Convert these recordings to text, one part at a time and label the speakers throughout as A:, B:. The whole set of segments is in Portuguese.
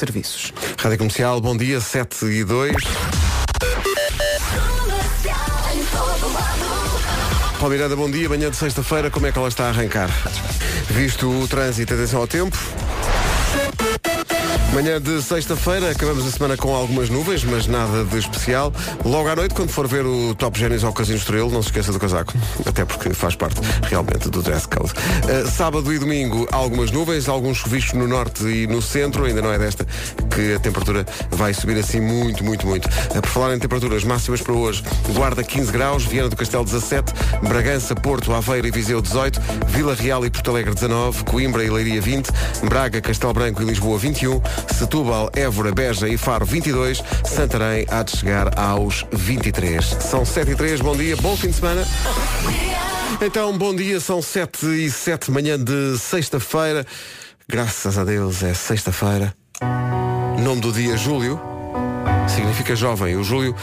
A: serviços.
B: Rádio Comercial, bom dia, 7 e 2. Paulo Miranda, bom dia. Manhã de sexta-feira, como é que ela está a arrancar? Visto o trânsito, atenção ao tempo. Manhã de sexta-feira, acabamos a semana com algumas nuvens, mas nada de especial. Logo à noite, quando for ver o Top Génios ao Casino Estrela, não se esqueça do casaco, até porque faz parte realmente do dress code. Uh, sábado e domingo, algumas nuvens, alguns chuviscos no norte e no centro, ainda não é desta que a temperatura vai subir assim muito, muito, muito. Uh, por falar em temperaturas máximas para hoje, Guarda 15 graus, Viana do Castelo 17, Bragança, Porto, Aveiro e Viseu 18, Vila Real e Porto Alegre 19, Coimbra e Leiria 20, Braga, Castelo Branco e Lisboa 21, Setúbal, Évora, Beja e Faro 22, Santarém há de chegar aos 23. São 7 e 3, bom dia, bom fim de semana. Então, bom dia, são 7 e 7, manhã de sexta-feira. Graças a Deus é sexta-feira. Nome do dia, Júlio. Significa jovem. O Júlio,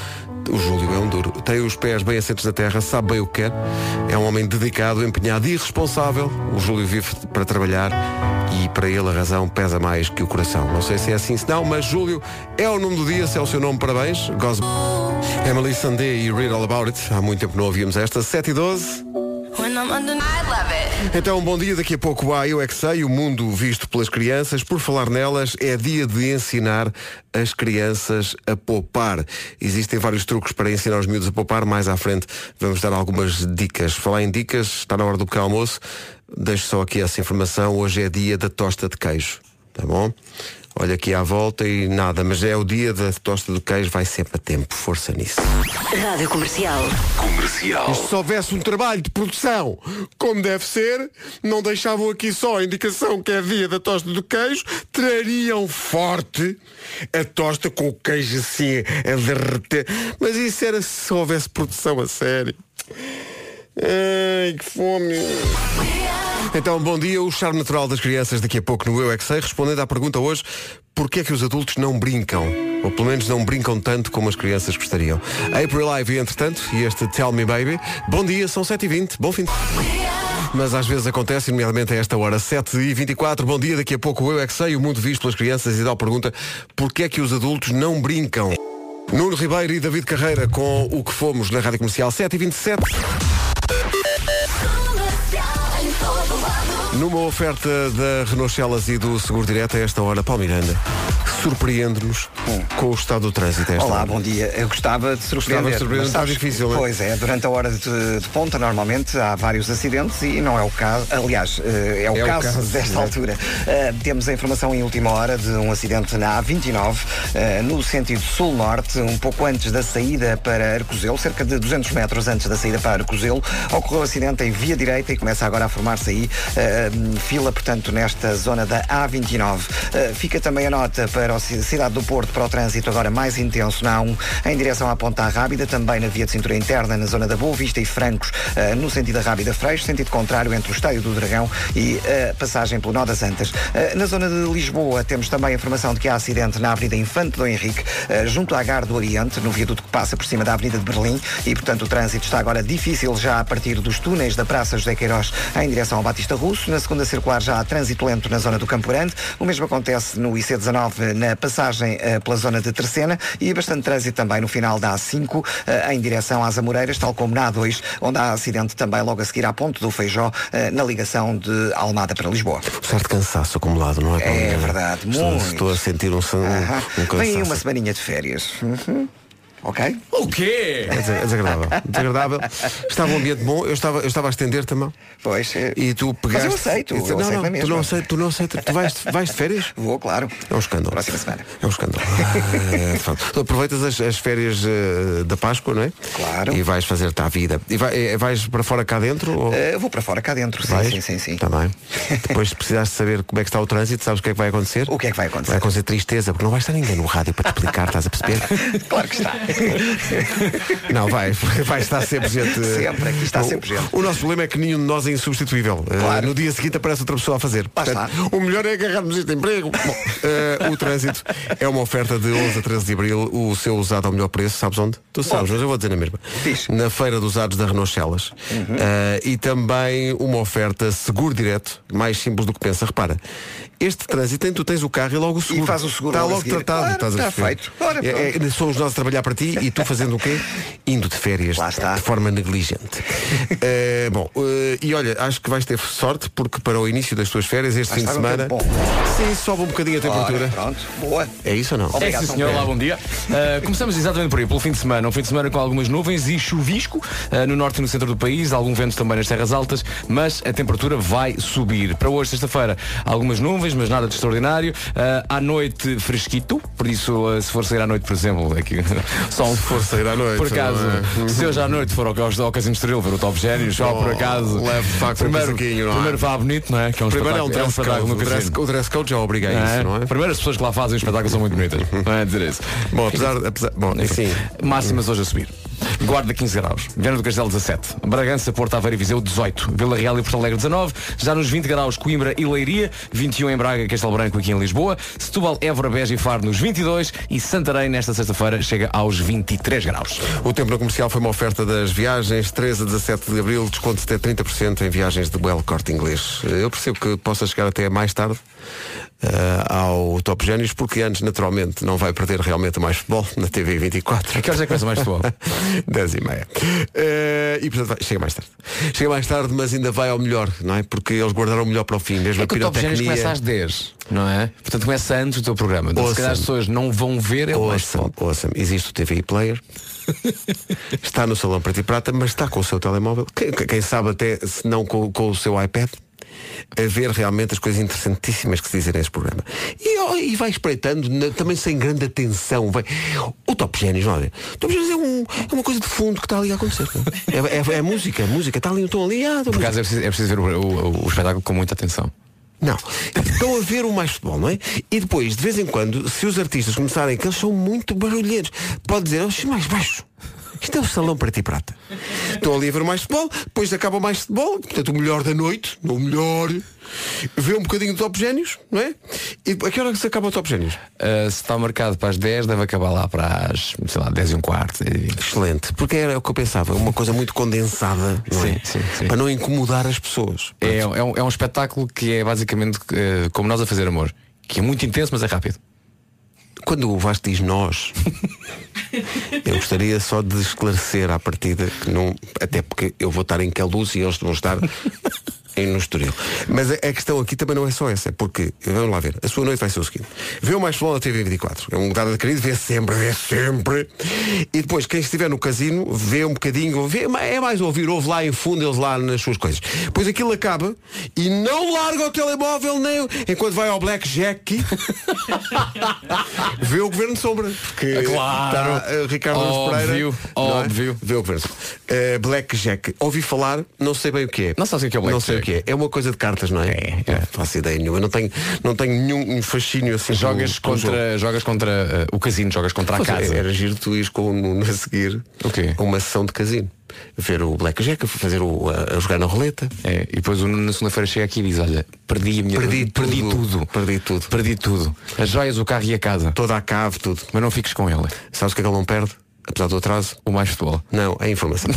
B: o Júlio é um duro. Tem os pés bem assentos na terra, sabe bem o que quer. É um homem dedicado, empenhado e responsável. O Júlio vive para trabalhar e para ele a razão pesa mais que o coração. Não sei se é assim, se não, mas Júlio é o nome do dia, se é o seu nome, parabéns. Gozo. Emily Sandé e Read All About It. Há muito tempo não ouvíamos esta. 7 e 12. Então, bom dia. Daqui a pouco há Eu É Que Sei, o mundo visto pelas crianças. Por falar nelas, é dia de ensinar as crianças a poupar. Existem vários truques para ensinar os miúdos a poupar. Mais à frente vamos dar algumas dicas. Falar em dicas, está na hora do pequeno almoço. Deixo só aqui essa informação. Hoje é dia da tosta de queijo. Tá bom? Olha aqui à volta e nada, mas é o dia da tosta de queijo, vai sempre a tempo. Força nisso.
C: Rádio Comercial.
B: E se houvesse um trabalho de produção como deve ser, não deixavam aqui só a indicação que é dia da tosta do queijo, trariam forte a tosta com o queijo assim a derreter. Mas isso era se houvesse produção a sério. Ai, que fome. Então, bom dia. O charme natural das crianças daqui a pouco no Eu É Que Sei, respondendo à pergunta hoje, porquê é que os adultos não brincam? Ou pelo menos não brincam tanto como as crianças gostariam. April Live, entretanto, e este Tell Me Baby. Bom dia, são 7h20. Bom fim de mas às vezes acontece, nomeadamente a esta hora, 7h24. Bom dia, daqui a pouco o Eu É Que Sei, o mundo visto pelas crianças e dá a pergunta porquê é que os adultos não brincam? Nuno Ribeiro e David Carreira com O Que Fomos na Rádio Comercial 7h27. Numa oferta da Renault Celas e do Seguro Direto a esta hora, Paulo Miranda, surpreende-nos com o estado do trânsito a esta
D: Olá,
B: hora.
D: bom dia. Eu gostava de surpreender.
B: Gostava de surpreender,
D: mas
B: está
D: sabes-
B: difícil, não é?
D: Pois é, durante a hora de, de ponta, normalmente, há vários acidentes e não é o caso. Aliás, eh, é o,
B: É o
D: caso,
B: caso,
D: desta
B: não é?
D: altura. Eh, temos a informação em última hora de um acidente na A29, eh, no sentido sul-norte, um pouco antes da saída para Arcozelo, cerca de 200 metros antes da saída para Arcozelo. Ocorreu um acidente em via direita e começa agora a formar-se aí eh, fila, portanto, nesta zona da A29. Eh, fica também a nota para a ci- cidade do Porto, para o trânsito agora mais intenso na A1, em direção à Ponta Rábida, também na via de cintura interna, na zona da Boa Vista e Francos, eh, no sentido da Rábida Freixo, sentido contrário entre o Estádio do Dragão e eh, a passagem pelo Nó das Antas. Eh, na zona de Lisboa, temos também a informação de que há acidente na Avenida Infante do Henrique, eh, junto à Gar do Oriente, no viaduto que passa por cima da Avenida de Berlim, e portanto o trânsito está agora difícil já a partir dos túneis da Praça José Queiroz em direção ao Batista Russo. Na segunda circular já há trânsito lento na zona do Campo Grande. O mesmo acontece no IC19 na passagem eh, pela zona de Terceira e bastante trânsito também no final da A5 eh, em direção às Amoreiras, tal como na A2, onde há acidente também logo a seguir à Ponte do Feijó, eh, na ligação de Almada para Lisboa.
B: Um certo cansaço acumulado, não é? Paulo Miranda?
D: verdade,
B: estou,
D: muito.
B: estou a sentir um, san-
D: Aham.
B: um
D: Vem aí
B: cansaço.
D: uma semaninha de férias. Uhum. Ok?
E: O quê?
B: É desa- é desagradável. desagradável. Estava um ambiente bom, eu estava, eu estava a estender-te a mão.
D: Pois. eh,
B: E tu pegaste.
D: Mas eu aceito,
B: e tu-
D: eu
B: não,
D: aceito
B: não,
D: na mesma.
B: tu não aceitas, tu não aceitas. Tu vais, vais de férias?
D: Vou, claro.
B: É um escândalo.
D: Próxima semana.
B: É um escândalo. Ah, é, de facto. Tu aproveitas as, as férias eh, da Páscoa, não é?
D: Claro.
B: E vais fazer-te à vida. E vai- eh, vais para fora cá dentro? Ou...
D: Eh, vou para fora cá dentro, sim,
B: Vais?
D: sim, sim, sim.
B: Tá bem. Depois se precisares de saber como é que está o trânsito, sabes o que é que vai acontecer?
D: O que é que vai acontecer?
B: Vai acontecer tristeza, porque não vai estar ninguém no rádio para te explicar, estás a perceber?
D: Claro que está.
B: Não, vai, vai estar sempre gente.
F: Sempre, aqui está
B: o,
F: sempre gente.
B: O nosso problema é que nenhum de nós é insubstituível. Eh,
F: Claro.
B: no dia seguinte aparece outra pessoa a fazer.
F: está.
B: o melhor é agarrarmos este emprego. Bom, eh, o trânsito é uma oferta de 11 a 13 de abril. O seu usado ao melhor preço, sabes onde? Tu sabes, mas eu vou dizer na mesma.
F: Diz. Uhum.
B: Na feira dos usados da Renault Celas. Eh, e também uma oferta seguro direto, mais simples do que pensa. Repara, este trânsito, tem- tu tens o carro e logo o seguro.
F: faz o seguro
B: Está
F: logo a
B: logo
F: seguir.
B: tratado.
F: Claro,
B: estás a
F: está
B: perceber?
F: feito. Ora,
B: É- é-
F: pronto.
B: somos nós a trabalhar para ti e tu fazendo o quê? Indo de férias
F: Lá está.
B: de forma negligente. Eh, bom, eh, e olha, acho que vais ter sorte porque para o início das tuas férias este
F: Vai
B: fim de
F: estar um
B: semana.
F: tempo
B: sim, sobe um bocadinho a temperatura.
F: Ora, pronto, boa.
B: É isso ou não?
F: Obrigado,
G: é sim,
F: São
G: senhor.
F: Pedro.
G: Olá, bom dia. Uh, começamos exatamente por aí, pelo fim de semana. Um fim de semana com algumas nuvens e chuvisco uh, no norte e no centro do país, algum vento também nas terras altas, mas a temperatura vai subir. Para hoje, sexta-feira, algumas nuvens, mas nada de extraordinário. Uh, à noite, fresquito, por isso, uh, se for sair à noite, por exemplo, aqui, só um
B: Se for sair à noite,
G: Por acaso,
B: não é? Oh,
G: se hoje à noite for ao, ao, ao Casino Estoril ver o Top Génios, só por acaso.
B: leve de facto um
G: primeiro,
B: casaquinho, não é?
G: primeiro vá bonito, não é? Que é um
B: Primeiro é um
G: espetáculo,
B: dress
G: espetáculo
B: code.
G: no
B: O dress,
G: casino.
B: o dress code já obriga a isso, não é?
G: Primeiro as pessoas que lá fazem o espetáculo são muito bonitas. Não é dizer isso.
B: Bom, apesar. apesar bom, enfim.
G: Máximas hoje a subir. Guarda 15 graus, Viana do Castelo 17, Bragança, Porto Aveiro e Viseu 18, Vila Real e Porto Alegre 19, já nos 20 graus Coimbra e Leiria, 21 em Braga, Castelo Branco aqui em Lisboa, Setúbal, Évora, Beja e Faro nos 22 e Santarém nesta sexta-feira chega aos 23 graus.
B: O tempo na comercial foi uma oferta das viagens 13 a 17 de abril, desconto até 30% em viagens de Well Corte Inglês. Eu percebo que possa chegar até mais tarde eh, ao Top Génios, porque antes, naturalmente, não vai perder realmente mais futebol na TV 24.
G: A que horas é que começa mais futebol?
B: 10 e meia. Eh, e portanto vai- chega mais tarde. Chega mais tarde, mas ainda vai ao melhor, não é? Porque eles guardaram o melhor para o fim, mesmo
G: É
B: a
G: que o Top Génios
B: pirotecnia.
G: começa às 10, não é? Portanto começa antes do teu programa. Então,
B: Ouça-me.
G: se calhar as pessoas não vão ver, é o mais
B: Ouçam, ouçam, existe o TVI Player, está no Salão Preto e Prata, mas está com o seu telemóvel, quem, quem sabe até se não com, com o seu iPad, a ver realmente as coisas interessantíssimas que se dizem nesse programa. E, ó, e vai espreitando, na- também sem grande atenção. vai- O Top Génios, olha, o Top Génios é, um- é uma coisa de fundo que está ali a acontecer. não É, É- é- é música, é música, está ali, estão ali, ah, estão
G: Por acaso é preciso, é preciso ver o, o- o espetáculo com muita atenção.
B: não. Estão a ver o mais futebol, não é? E depois, de vez em quando, se os artistas começarem que eles são muito barulheiros, pode dizer, eles mais baixo. Isto é o salão preto e prata. Estão ali a ver o mais futebol, depois acaba o mais futebol, portanto o melhor da noite, o melhor. Vê um bocadinho de top génios, não é? E a que hora que se acaba o top génios?
G: Uh, se está marcado para as 10, deve acabar lá para as, sei lá, 10 e um quarto. 10 e vinte.
B: Excelente, porque era o que eu pensava, uma coisa muito condensada, não é?
G: Sim, sim, sim.
B: Para não incomodar as pessoas.
G: É, é, um, é um espetáculo que é basicamente uh, como nós a fazer amor. Que é muito intenso, mas é rápido.
B: Quando o Vasco diz nós, eu gostaria só de esclarecer à partida que não. Até porque eu vou estar em Queluz e eles vão estar em no Estoril. Mas a, a questão aqui também não é só essa, porque, vamos lá ver, a sua noite vai ser o seguinte. Vê o mais futebol na TV 24. É um dado adquirido, vê sempre, vê sempre. E depois, quem estiver no casino, vê um bocadinho, vê, é mais ouvir, ouve lá em fundo, eles lá nas suas coisas. Pois aquilo acaba e não larga o telemóvel nem enquanto vai ao Blackjack vê o Governo de Sombra. Porque
G: É Claro.
B: está, eh, Ricardo Alves
G: Óbvio,
B: Pereira. não é?
G: óbvio.
B: Vê o Governo de Sombra. Eh, Blackjack. Ouvi falar, não sei bem o que é.
G: Não sabes o que é o
B: Não sei o
G: Blackjack.
B: que é. É uma coisa de cartas, não é? É, Não faço ideia nenhuma. Não tenho, não tenho nenhum fascínio assim.
G: Jogas
B: pelo- pelo jogo.
G: contra, jogas contra uh, o casino, jogas contra a
B: Mas
G: casa.
B: Era giro tu ires com o Nuno a seguir
G: O quê?
B: a uma sessão de casino. Ver o Blackjack, fazer o, a, a jogar na roleta.
G: É, e depois o Nuno na segunda-feira chega aqui e diz, olha, perdi a minha
B: Perdi
G: perdi
B: tudo.
G: tudo.
B: Perdi tudo.
G: Perdi tudo. As joias, o carro e a casa.
B: Toda a cave, tudo.
G: Mas não fiques com ele.
B: Sabes o que é que ele não perde? Apesar do atraso?
G: O mais futebol.
B: Não, é informação.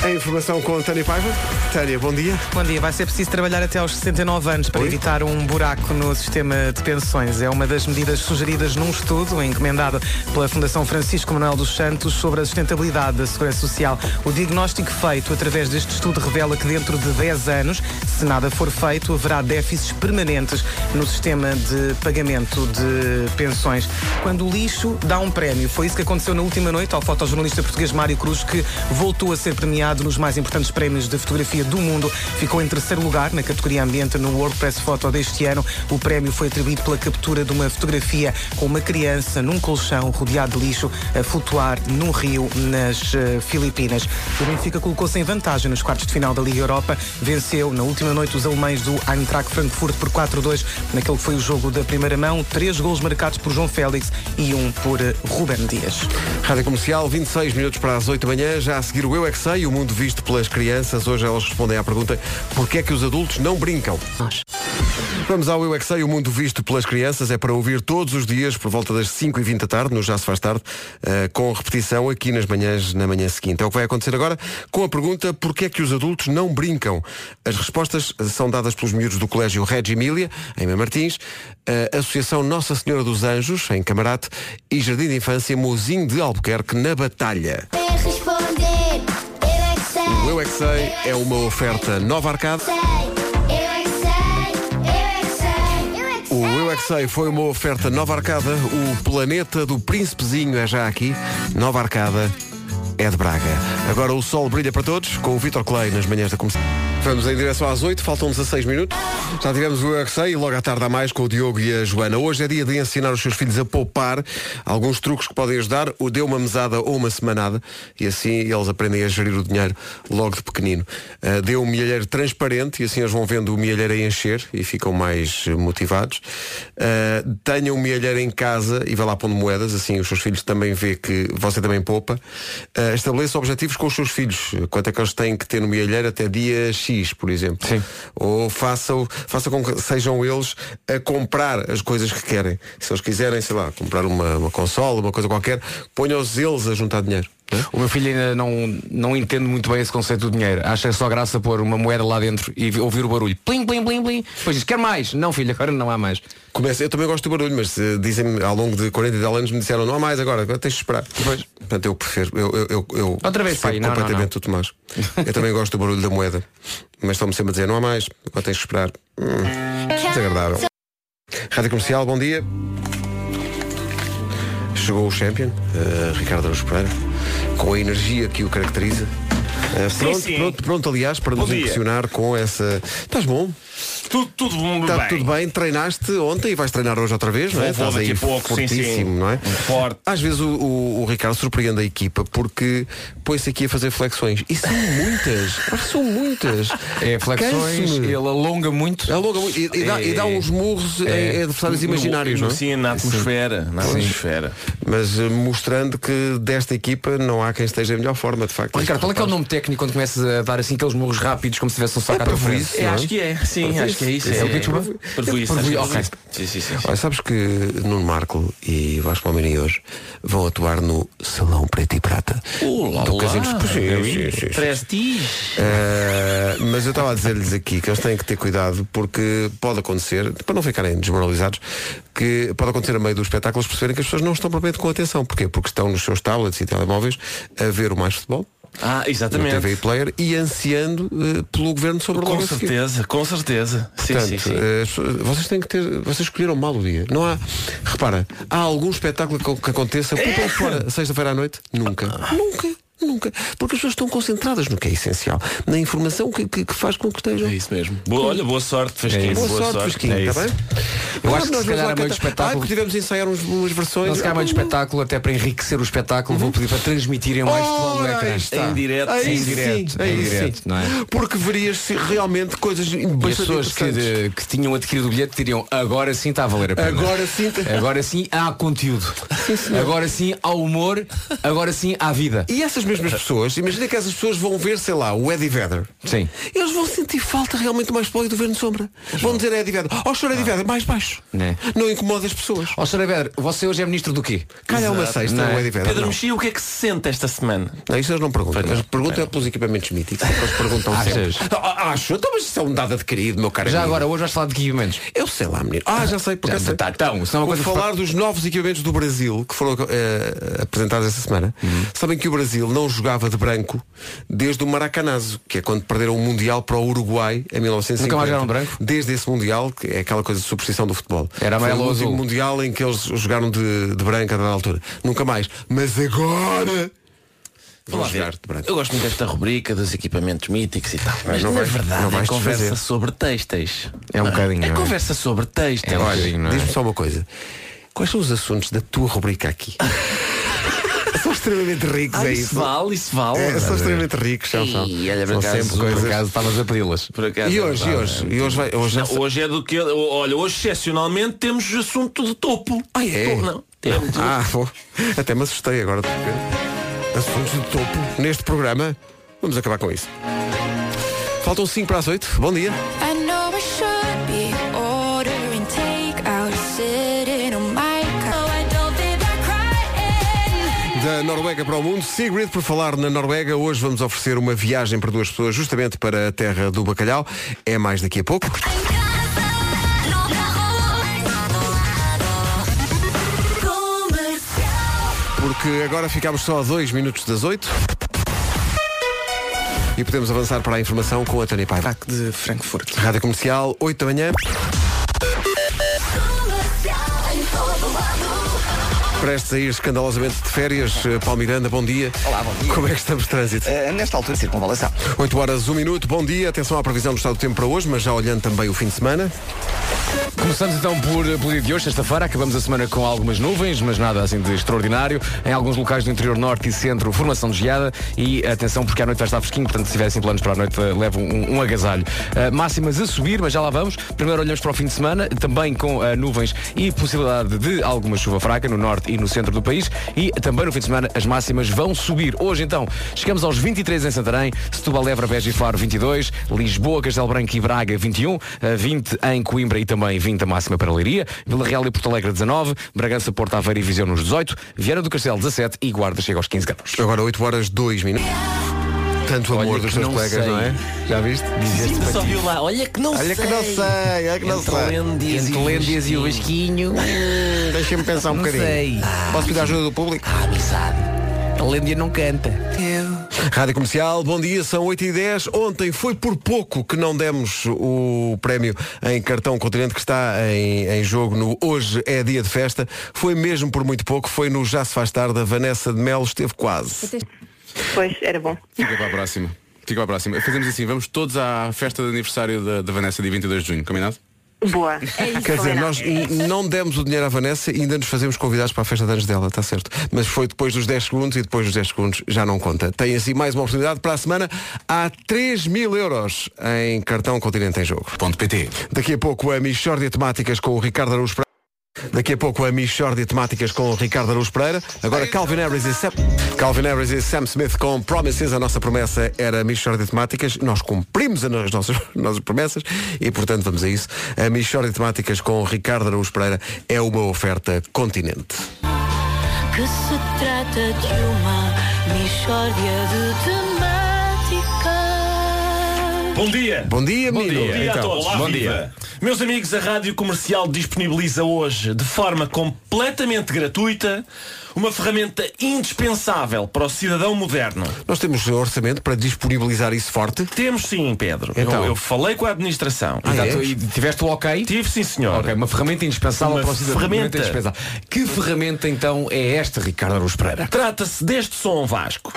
B: a É informação com a Tânia Paiva. Tânia, bom dia.
A: Bom dia, vai ser preciso trabalhar até aos 69 anos para evitar um buraco no sistema de pensões. É uma das medidas sugeridas num estudo encomendado pela Fundação Francisco Manuel dos Santos sobre a sustentabilidade da Segurança Social. O diagnóstico feito através deste estudo revela que dentro de 10 anos, se nada for feito, haverá déficits permanentes no sistema de pagamento de pensões. Quando o lixo dá um prémio, foi isso que aconteceu na última noite ao fotojornalista português Mário Cruz, que voltou a ser premiado nos mais importantes prémios de fotografia do mundo. Ficou em terceiro lugar na categoria ambiente no WordPress Photo deste ano. O prémio foi atribuído pela captura de uma fotografia com uma criança num colchão rodeado de lixo a flutuar num rio nas eh, Filipinas. O Benfica colocou-se em vantagem nos quartos de final da Liga Europa. Venceu na última noite os alemães do Eintracht Frankfurt por 4-2 naquele que foi o jogo da primeira mão. Três gols marcados por João Félix e um por eh, Ruben Dias.
B: Rádio Comercial, 26 minutos para as 8 da manhã, já a seguir o Eu É Que Sei, o mundo visto pelas crianças. Hoje elas respondem à pergunta porquê é que os adultos não brincam? Vamos ao Eu É Que Sei, o mundo visto pelas crianças. É para ouvir todos os dias, por volta das 5h20 da tarde, no Já Se Faz Tarde, eh, com repetição aqui nas manhãs, na manhã seguinte. É o que vai acontecer agora com a pergunta porquê é que os adultos não brincam? As respostas eh, são dadas pelos miúdos do Colégio Regi Emília, em Mãe Martins, a Associação Nossa Senhora dos Anjos, em Camarate, e Jardim de Infância Mozinho de Albuquerque, na Batalha.
H: É responder, eu é que
B: O Eu
H: sei.
B: É Que Sei é uma oferta nova arcada.
H: Sei, eu é que sei, eu é que sei. Eu é que
B: O Eu é que Sei foi uma oferta nova arcada. O planeta do príncipezinho é já aqui. Nova arcada é de Braga. Agora o sol brilha para todos com o Vitor Clay nas manhãs da comissão. Vamos em direção às 8, faltam 16 minutos. Já tivemos o Eu é que Sei e logo à tarde há mais com o Diogo e a Joana. Hoje é dia de ensinar os seus filhos a poupar. Alguns truques que podem ajudar. O dê uma mesada ou uma semanada e assim eles aprendem a gerir o dinheiro logo de pequenino. Ah, dê um milheiro transparente e assim eles vão vendo o milheiro a encher e ficam mais eh, motivados. Ah, tenha um milheiro em casa e vá lá pondo moedas, assim os seus filhos também vê que você também poupa. Ah, estabeleça objetivos com os seus filhos. Quanto é que eles têm que ter no milheiro até dia X, por exemplo.
G: Sim.
B: Ou faça, faça com que sejam eles a comprar as coisas que querem. Se eles quiserem, sei lá, comprar uma, uma consola, uma coisa qualquer, ponham-os eles a juntar dinheiro. né?
G: O meu filho ainda não, não entende muito bem esse conceito do dinheiro. Acha só graça pôr uma moeda lá dentro e vi- ouvir o barulho. Plim, plim, plim, plim. Depois diz, quer mais? Não, filho, agora não há mais.
B: Começa, eu também gosto do barulho, mas eh, dizem-me ao longo de 40 e tal anos me disseram não há mais agora, agora tens de esperar. Pois. Portanto, eu prefiro, eu, eu, eu, eu
G: Outra vez,
B: percebo
G: pai, não, não,
B: completamente
G: não.
B: o Tomás. Eu também gosto do barulho da moeda. Mas estão-me sempre a dizer, não há mais, agora tens de esperar. Hum, desagradável. Rádio Comercial, bom dia. Chegou o Champion, eh, Ricardo Araújo Pereira, com a energia que o caracteriza. Eh, pronto,
I: sim.
B: pronto, pronto, aliás, para nos
I: dia.
B: impressionar com essa. Estás bom?
I: Tudo, Tá tudo muito
B: Está
I: bem.
B: Tá tudo bem, treinaste ontem e vais treinar hoje outra vez, não é?
I: Vou, vou
B: Estás
I: daqui a
B: aí
I: pouco, sim,
B: fortíssimo,
I: sim.
B: não é?
I: Forte.
B: Às vezes o, o- o Ricardo surpreende a equipa porque põe-se aqui a fazer flexões. E são muitas, mas são muitas.
G: É flexões,
B: Ah, Canso-me. Ah,
G: ele alonga muito.
B: Alonga muito e, e dá, e dá
G: É.
B: uns murros em, em adversários
I: No-
B: imaginários,
I: no-
B: não é?
I: Sim, na atmosfera. Na atmosfera.
B: Mas eh, mostrando que desta equipa não há quem esteja em melhor forma, de facto.
G: Ó, Ricardo, qual é que é o nome técnico quando começas a dar assim aqueles morros rápidos como se tivesse um saco à tua
B: parvoíce,
G: frente?
B: não é?
I: que é. Sim, acho que é isso.
G: É o que desculpa?
I: Parvoíce,
G: É
I: acho que é
G: parvoíce,
I: isso. Sim, sim, sim. sim.
B: Olha, sabes que Nuno Marco e Vasco Palmeirinho hoje vão atuar no Salão Preto e Prata
I: Olá,
B: do
I: olá.
B: Casino Sim, sim, sim, sim.
I: Prestige.
B: Uh, mas eu estava a dizer-lhes aqui que eles têm que ter cuidado porque pode acontecer, para não ficarem desmoralizados, que pode acontecer a meio do espetáculo eles perceberem que as pessoas não estão propriamente com atenção. Porquê? Porque estão nos seus tablets e telemóveis a ver o mais futebol,
I: Ah,
B: no TV e
I: exatamente.
B: player, e ansiando uh, pelo governo sobre
I: Com
B: logo a seguir.
I: certeza, com certeza. Sim,
B: Portanto,
I: sim, sim.
B: eh, as pessoas- vocês têm que ter. Vocês escolheram mal o dia. Não há. Repara, há algum espetáculo que, que aconteça por
G: É.
B: aí fora, sexta-feira à noite? Nunca.
G: Ah.
B: Nunca. Nunca. Porque as pessoas estão concentradas no que é essencial. Na informação que, que- que faz com que estejam.
I: É isso mesmo. Boa, olha, é boa sorte, Fasquinho.
B: Boa sorte, Vasquinho,
I: É
B: está
I: isso.
B: bem?
G: Eu
B: Mas
G: acho que
B: nós
G: se
B: vamos lá
G: calhar a meio do
B: cantar. Ah,
G: espetáculo
B: porque tivemos a ensaiar uns- umas versões.
G: Não se calhar meio do espetáculo, até para enriquecer o espetáculo, vou pedir para transmitirem mais futebol no
B: Uhum. Ora,
G: ecrã.
B: aí está.
I: Em direto,
B: Aí
I: em
B: sim,
G: direto,
B: aí
G: em
B: sim.
G: direto, não é?
B: Porque verias se realmente coisas
G: E
B: bastante
G: as pessoas que,
B: interessantes.
G: de- que tinham adquirido o bilhete diriam agora sim está a valer a pena.
B: Agora sim tá-
G: Agora sim há conteúdo. agora sim há humor. Agora sim há vida.
B: E essas mesmas pessoas, imagina que essas pessoas vão ver, sei lá, o Eddie Vedder.
G: Sim.
B: Eles vão sentir falta realmente mais poli do governo de sombra. Vão dizer a Eddie Vedder, ó senhor Eddie Vedder, mais baixo.
G: Né.
B: Não incomoda as pessoas.
G: Ó Sra. Vedra, você hoje é ministro do quê?
B: Calha uma
I: Exato,
B: sexta,
G: não é?
B: o Eddie Vedder.
I: Pedro
B: Não.
I: Mexia, o que é que se sente esta semana?
B: não, isso eles não perguntam.
I: Pois não,
B: Eles perguntam
I: pois
B: é pelos equipamentos míticos. é que Eles perguntam sempre.
G: Achas?
B: Ah, Acho, então, mas isso é um dado adquirido, meu caro
G: Já
B: amigo.
G: agora, hoje vais falar de equipamentos.
B: Eu sei lá, menino. Ah, já sei, porque
G: Já,
B: eu sei.
G: tá, então, isso não é
B: Vou
G: uma coisa que
B: falar dos novos equipamentos do Brasil que foram eh, apresentados esta semana.
G: Uhum.
B: Sabem que o Brasil não jogava de branco desde o Maracanazo, que é quando perderam o Mundial para o Uruguai em 1950.
G: Nunca mais jogaram branco?
B: Desde esse Mundial, que é aquela coisa de superstição do futebol.
G: Era amarelo
B: Foi o
G: ou
B: último
G: azul?
B: Mundial em que eles jogaram de, de branco a dada altura. Nunca mais. Mas agora... Vão
I: Vamos
B: jogar
I: ver.
B: de branco.
I: Eu gosto muito desta rubrica dos equipamentos míticos e tal. Mas
B: não
I: na
B: vais- não
I: verdade é
B: vais
I: conversa
B: desfazer.
I: sobre textos.
G: É um
I: Não
G: bocadinho,
I: É
G: não é?
I: conversa sobre textos.
G: É um
I: Olha,
G: bocadinho, não é?
B: Diz-me só uma coisa. Quais são os assuntos da tua rubrica aqui? são extremamente ricos,
I: ah,
B: é
I: isso
B: isso?
I: vale, isso vale.
B: É, são extremamente ricos, são, são.
I: Ih, olha, por
B: São
I: acaso,
B: sempre
I: por
G: Por
B: coisas.
G: acaso estavas a pedi-las.
I: Por acaso,
B: E
I: é
B: hoje, e
I: verdade.
B: hoje, e hoje vai. Hoje
I: Não,
B: é-
I: hoje é do que. Olha, hoje excepcionalmente temos assunto de topo.
B: Ah, é?
I: Topo, não. Eu,
B: Ah, pô, até me assustei agora de repente. Assuntos de topo neste programa. Vamos acabar com isso. Faltam 5 para as 8. Bom dia.
J: I know I should be ordering takeout, sitting on my couch. I don't think I crying.
B: Da Noruega para o mundo, Sigrid, por falar na Noruega, hoje vamos oferecer uma viagem para duas pessoas, justamente para a terra do bacalhau. É mais daqui a pouco.
J: Em casa, no carro, comercial.
B: Porque agora ficamos só a 2 minutos das 8. E podemos avançar para a informação com a Tânia Paiva.
A: Ataque de Frankfurt.
B: Rádio Comercial, 8 da manhã. Prestes a ir escandalosamente de férias, eh, Paulo Miranda, bom dia.
F: Olá, bom dia.
B: Como é que estamos de trânsito?
F: Eh, nesta altura, circunvalação.
B: 8 horas, 1 minuto, bom dia. Atenção à previsão do estado do tempo para hoje, mas já olhando também o fim de semana.
G: Começamos então por, pelo dia de hoje, sexta-feira. Acabamos a semana com algumas nuvens, mas nada assim de extraordinário. Em alguns locais do interior norte e centro, formação de geada. E atenção, porque à noite vai estar fresquinho, portanto, se tiverem planos para a noite, eh, levam um, um agasalho. Eh, máximas a subir, mas já lá vamos. Primeiro olhamos para o fim de semana, também com eh, nuvens e possibilidade de alguma chuva fraca no norte e no centro do país. E também no fim de semana as máximas vão subir. Hoje então, chegamos aos 23 em Santarém, Setúbal, Évora, Beja e Faro 22, Lisboa, Castelo Branco e Braga 21, eh, 20 em Coimbra e também 20 a máxima para Leiria, Vila Real e Porto Alegre 19, Bragança, Porto Aveiro e Viseu nos 18, Viana do Castelo 17 e Guarda chega aos 15 graus.
B: Agora 8 horas, 2 minutos. Tanto
I: Olha
B: amor
I: que
B: dos teus
I: não
B: colegas,
I: sei.
B: não é? Já viste?
I: Ainda só viu lá. Olha que não sei.
B: Olha que não sei, olha que não
I: Entre
B: sei.
I: Lêndias
G: Entre Lêndias e o
I: Vasquinho.
B: Hum, Deixa-me pensar um bocadinho.
I: sei.
B: Posso pedir a ajuda do público?
I: Ah, amizade. A Lêndia não canta.
B: Rádio Comercial, bom dia, são 8h10. Ontem foi por pouco que não demos o prémio em cartão continente que está em, em jogo no Hoje é Dia de Festa. Foi mesmo por muito pouco, foi no Já Se Faz Tarde. A Vanessa de Melo esteve quase.
K: Pois, era bom.
L: Fica para a próxima. Fica para a próxima. Fazemos assim, vamos todos à festa de aniversário da, da Vanessa, dia 22 de junho, combinado?
K: Boa.
C: É
B: Quer dizer, nós n- não demos o dinheiro à Vanessa e ainda nos fazemos convidados para a festa de anos dela, está certo. Mas foi depois dos 10 segundos e depois dos 10 segundos já não conta. Tem assim mais uma oportunidade para a semana. Há 3 mil euros em cartão continente em jogo.
L: Ponto PT.
B: Daqui a pouco a Michórdia de Temáticas com o Ricardo Araújo Pereira. Daqui a pouco a Michórdia de Temáticas com o Ricardo Araújo Pereira. Agora Calvin Harris e Sam, Calvin Harris e Sam Smith com Promises. A nossa promessa era Michórdia de Temáticas. Nós cumprimos as nossas, nossas promessas e, portanto, vamos a isso. A Michórdia de Temáticas com o Ricardo Araújo Pereira é uma oferta continente.
J: Que se trata de uma mistória de temáticas.
M: Bom dia!
B: Bom dia, Então,
M: Bom
B: menino.
M: dia a todos. Olá, viva. Meus amigos, a Rádio Comercial disponibiliza hoje, de forma completamente gratuita, uma ferramenta indispensável para o cidadão moderno.
B: Nós temos orçamento para disponibilizar isso forte.
M: Temos sim, Pedro.
B: Então.
M: Eu, eu falei com a administração.
B: Ah, é?
G: Exato, então, e tiveste o ok?
M: Tive sim, senhor.
G: Ok, uma ferramenta indispensável
M: Uma
G: para o cidadão.
M: ferramenta.
G: indispensável. Que ferramenta então é esta, Ricardo Araújo Pereira?
M: Trata-se deste som Vasco.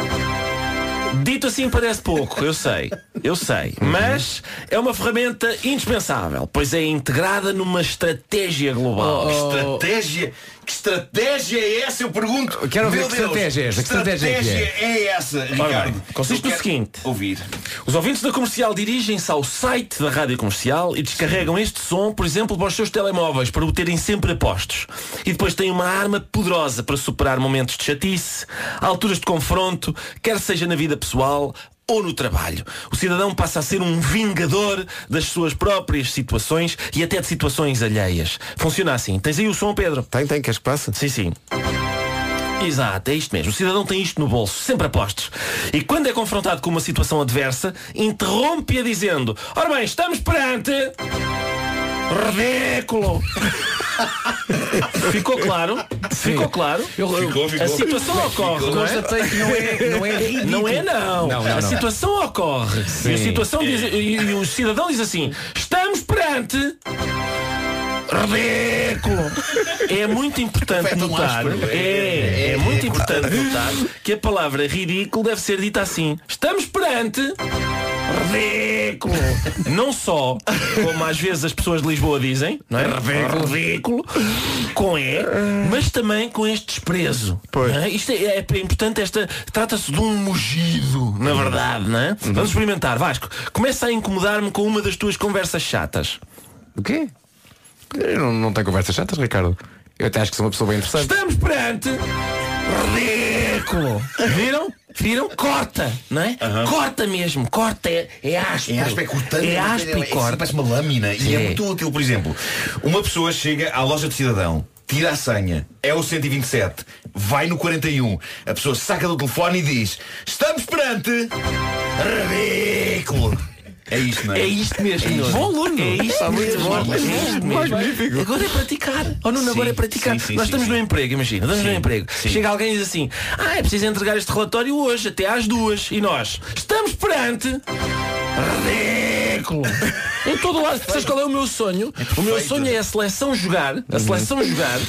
M: Dito assim parece pouco, eu sei, eu sei, mas é uma ferramenta indispensável, pois é integrada numa estratégia global.
L: Estratégia? Que estratégia é essa? Eu pergunto.
G: Quero ver
L: Meu
G: que
L: Deus,
G: estratégia é esta, que estratégia é que
L: é essa,
M: Ora
L: Ricardo?
M: bem, consiste
L: Eu
M: no
L: quero
M: seguinte.
L: Ouvir.
M: Os ouvintes da comercial dirigem-se ao site da rádio comercial e descarregam este som, por exemplo, para os seus telemóveis, para o terem sempre a postos. E depois têm uma arma poderosa para superar momentos de chatice, alturas de confronto, quer seja na vida pessoal ou no trabalho. O cidadão passa a ser um vingador das suas próprias situações e até de situações alheias. Funciona assim. Tens aí o som, Pedro?
B: Tem, tem, queres que passe?
M: Sim, sim. Exato, é isto mesmo. O cidadão tem isto no bolso, sempre apostos. E quando é confrontado com uma situação adversa, interrompe-a dizendo: Ora bem, estamos perante. Ridículo! Ficou claro? Ficou claro?
L: Ficou, ficou.
M: A situação ocorre, não é?
G: Constatei que não é, não é ridículo.
M: Não é não.
G: Não, não,
M: a
G: não. É.
M: situação ocorre. E, a situação diz- e- e o cidadão diz assim: estamos perante. Ridículo! É muito importante notar. É, é muito importante notar que a palavra ridículo deve ser dita assim. Estamos perante. Ridículo! Não só, como às vezes as pessoas de Lisboa dizem, não é? Ridículo, ridículo, com E, mas também com este desprezo. não é? Isto é, é importante, esta. Trata-se de um mugido, na
D: Uhum.
M: verdade, não é? Vamos experimentar, Vasco. Começa a incomodar-me com uma das tuas conversas chatas.
G: O quê? Não, não tem conversas chatas, Ricardo? Eu até acho que sou uma pessoa bem interessante.
M: Estamos perante ridículo. Viram? Viram? Corta, não é? Corta mesmo, corta, é, é áspero.
D: É áspero, é cortante.
M: É áspero e corta.
D: Parece uma lâmina e é
M: Sim.
D: muito útil. Por exemplo, uma pessoa chega à loja do cidadão, tira a senha, é o 127, vai no 41, a pessoa saca do telefone e diz Estamos perante ridículo. É isto, não é?
M: É isto mesmo.
D: isto.
M: Bom aluno.
D: É isto
M: Está
D: mesmo.
M: muito bom.
D: É isto
M: Mais
D: mesmo.
M: magnífico. Agora é praticar. Oh, Nuno,
D: Sim,
M: agora é praticar.
D: sim, sim,
M: Nós
D: sim,
M: estamos
D: sim.
M: no emprego, imagina. Estamos no
D: Sim,
M: emprego. Chega alguém e diz assim, ah, é preciso entregar este relatório hoje, até às duas. E nós estamos perante ridículo. Em todo lado, sabes qual é o meu sonho? o meu sonho é a seleção jogar, a seleção jogar,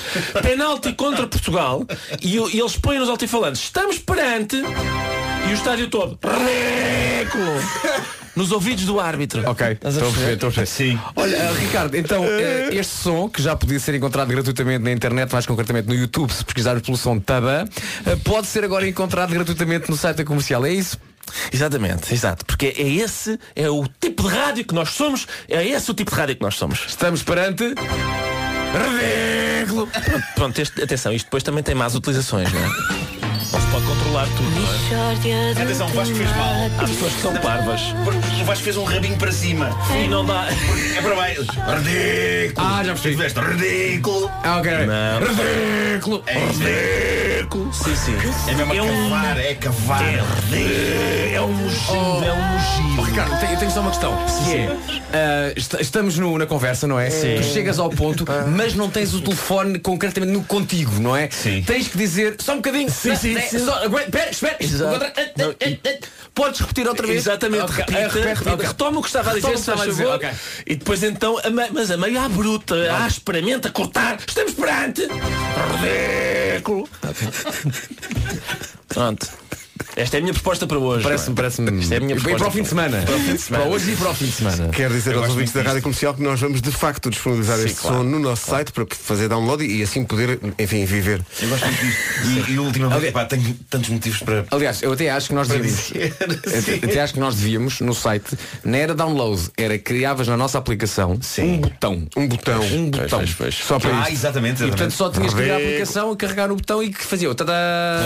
M: penalti contra Portugal, e, o- e eles põem nos altifalantes, estamos perante, e o estádio todo, ridículo, nos ouvidos do árbitro.
G: Ok, estou a perceber, estou a perceber.
D: Sim.
G: Olha, eh, Ricardo, então eh, este som, que já podia ser encontrado gratuitamente na internet, mais concretamente no YouTube, se pesquisarmos pelo som Tabã, eh, pode ser agora encontrado gratuitamente no site da comercial, é isso?
M: Exatamente, exato. Porque é esse, é o tipo de rádio que nós somos, é esse o tipo de rádio que nós somos.
G: Estamos perante.
M: Ridículo! Pronto, pronto, este- atenção, isto depois também tem más utilizações, não é? Não se pode controlar tudo, não é?
D: Atenção, o Vasco fez mal.
M: Há pessoas que são parvas.
D: O Vasco fez um rabinho para cima.
M: E não dá.
D: É para baixo. Ridículo. Ah, já percebi. Ridículo.
G: Ah, ok.
M: Não.
G: Ridículo.
D: É ridículo.
M: Sim, sim.
D: É mesmo a
M: É um-
D: cavar, é cavar. É ridículo.
M: É um mugido, é um mugido.
G: Oh, Ricardo, tenho, tenho só uma questão. Que é, ah, est- estamos no- na conversa, não é? Tu chegas ao ponto,
M: Ah.
G: mas não tens o telefone concretamente no contigo, não é?
D: Sim.
G: Tens que dizer só um bocadinho. Sim,
M: sim, sim.
G: Só, aguenta, espera, espera.
M: Exato.
G: Outra- ah, ah,
M: Não, e-
G: ah, ah. Podes repetir outra vez?
M: Exatamente,
G: Ok,
M: repita,
G: ah, repete,
M: repita,
G: ok.
M: retoma o que estava a dizer,
G: Retoma o que
M: se faz
G: estava a dizer,
M: favor.
G: ok.
M: E depois então, a me- mas a meio à bruta, à asperamente, a cortar, estamos perante. Ridículo! Pronto. Esta é a minha proposta para hoje.
G: Parece-me, parece-me.
M: Isto é a minha
G: e para o
M: proposta.
G: fim de semana.
M: Para o fim de semana.
G: Para hoje e para o fim de semana.
B: Quero dizer
D: Eu
B: aos
D: gosto
B: ouvintes
D: muito
B: da
D: disto.
B: Rádio Comercial que nós vamos de facto disponibilizar
M: Sim,
B: este
M: claro.
B: som no nosso site para fazer download e, e assim poder, enfim, viver.
D: Eu gosto muito disto. E, e ultimamente, pá, tenho tantos motivos para.
G: Aliás, eu até acho que nós devíamos.
D: Sim.
G: Até até acho que nós devíamos no site, não era download, era criavas na nossa aplicação
D: Sim.
G: um botão.
B: Um botão.
G: Um botão.
M: pois, pois.
G: Só para
D: Ah,
G: isso.
D: exatamente.
G: E portanto
D: exatamente.
G: só tinhas que ir à aplicação, carregar no botão e que fazia o tadá.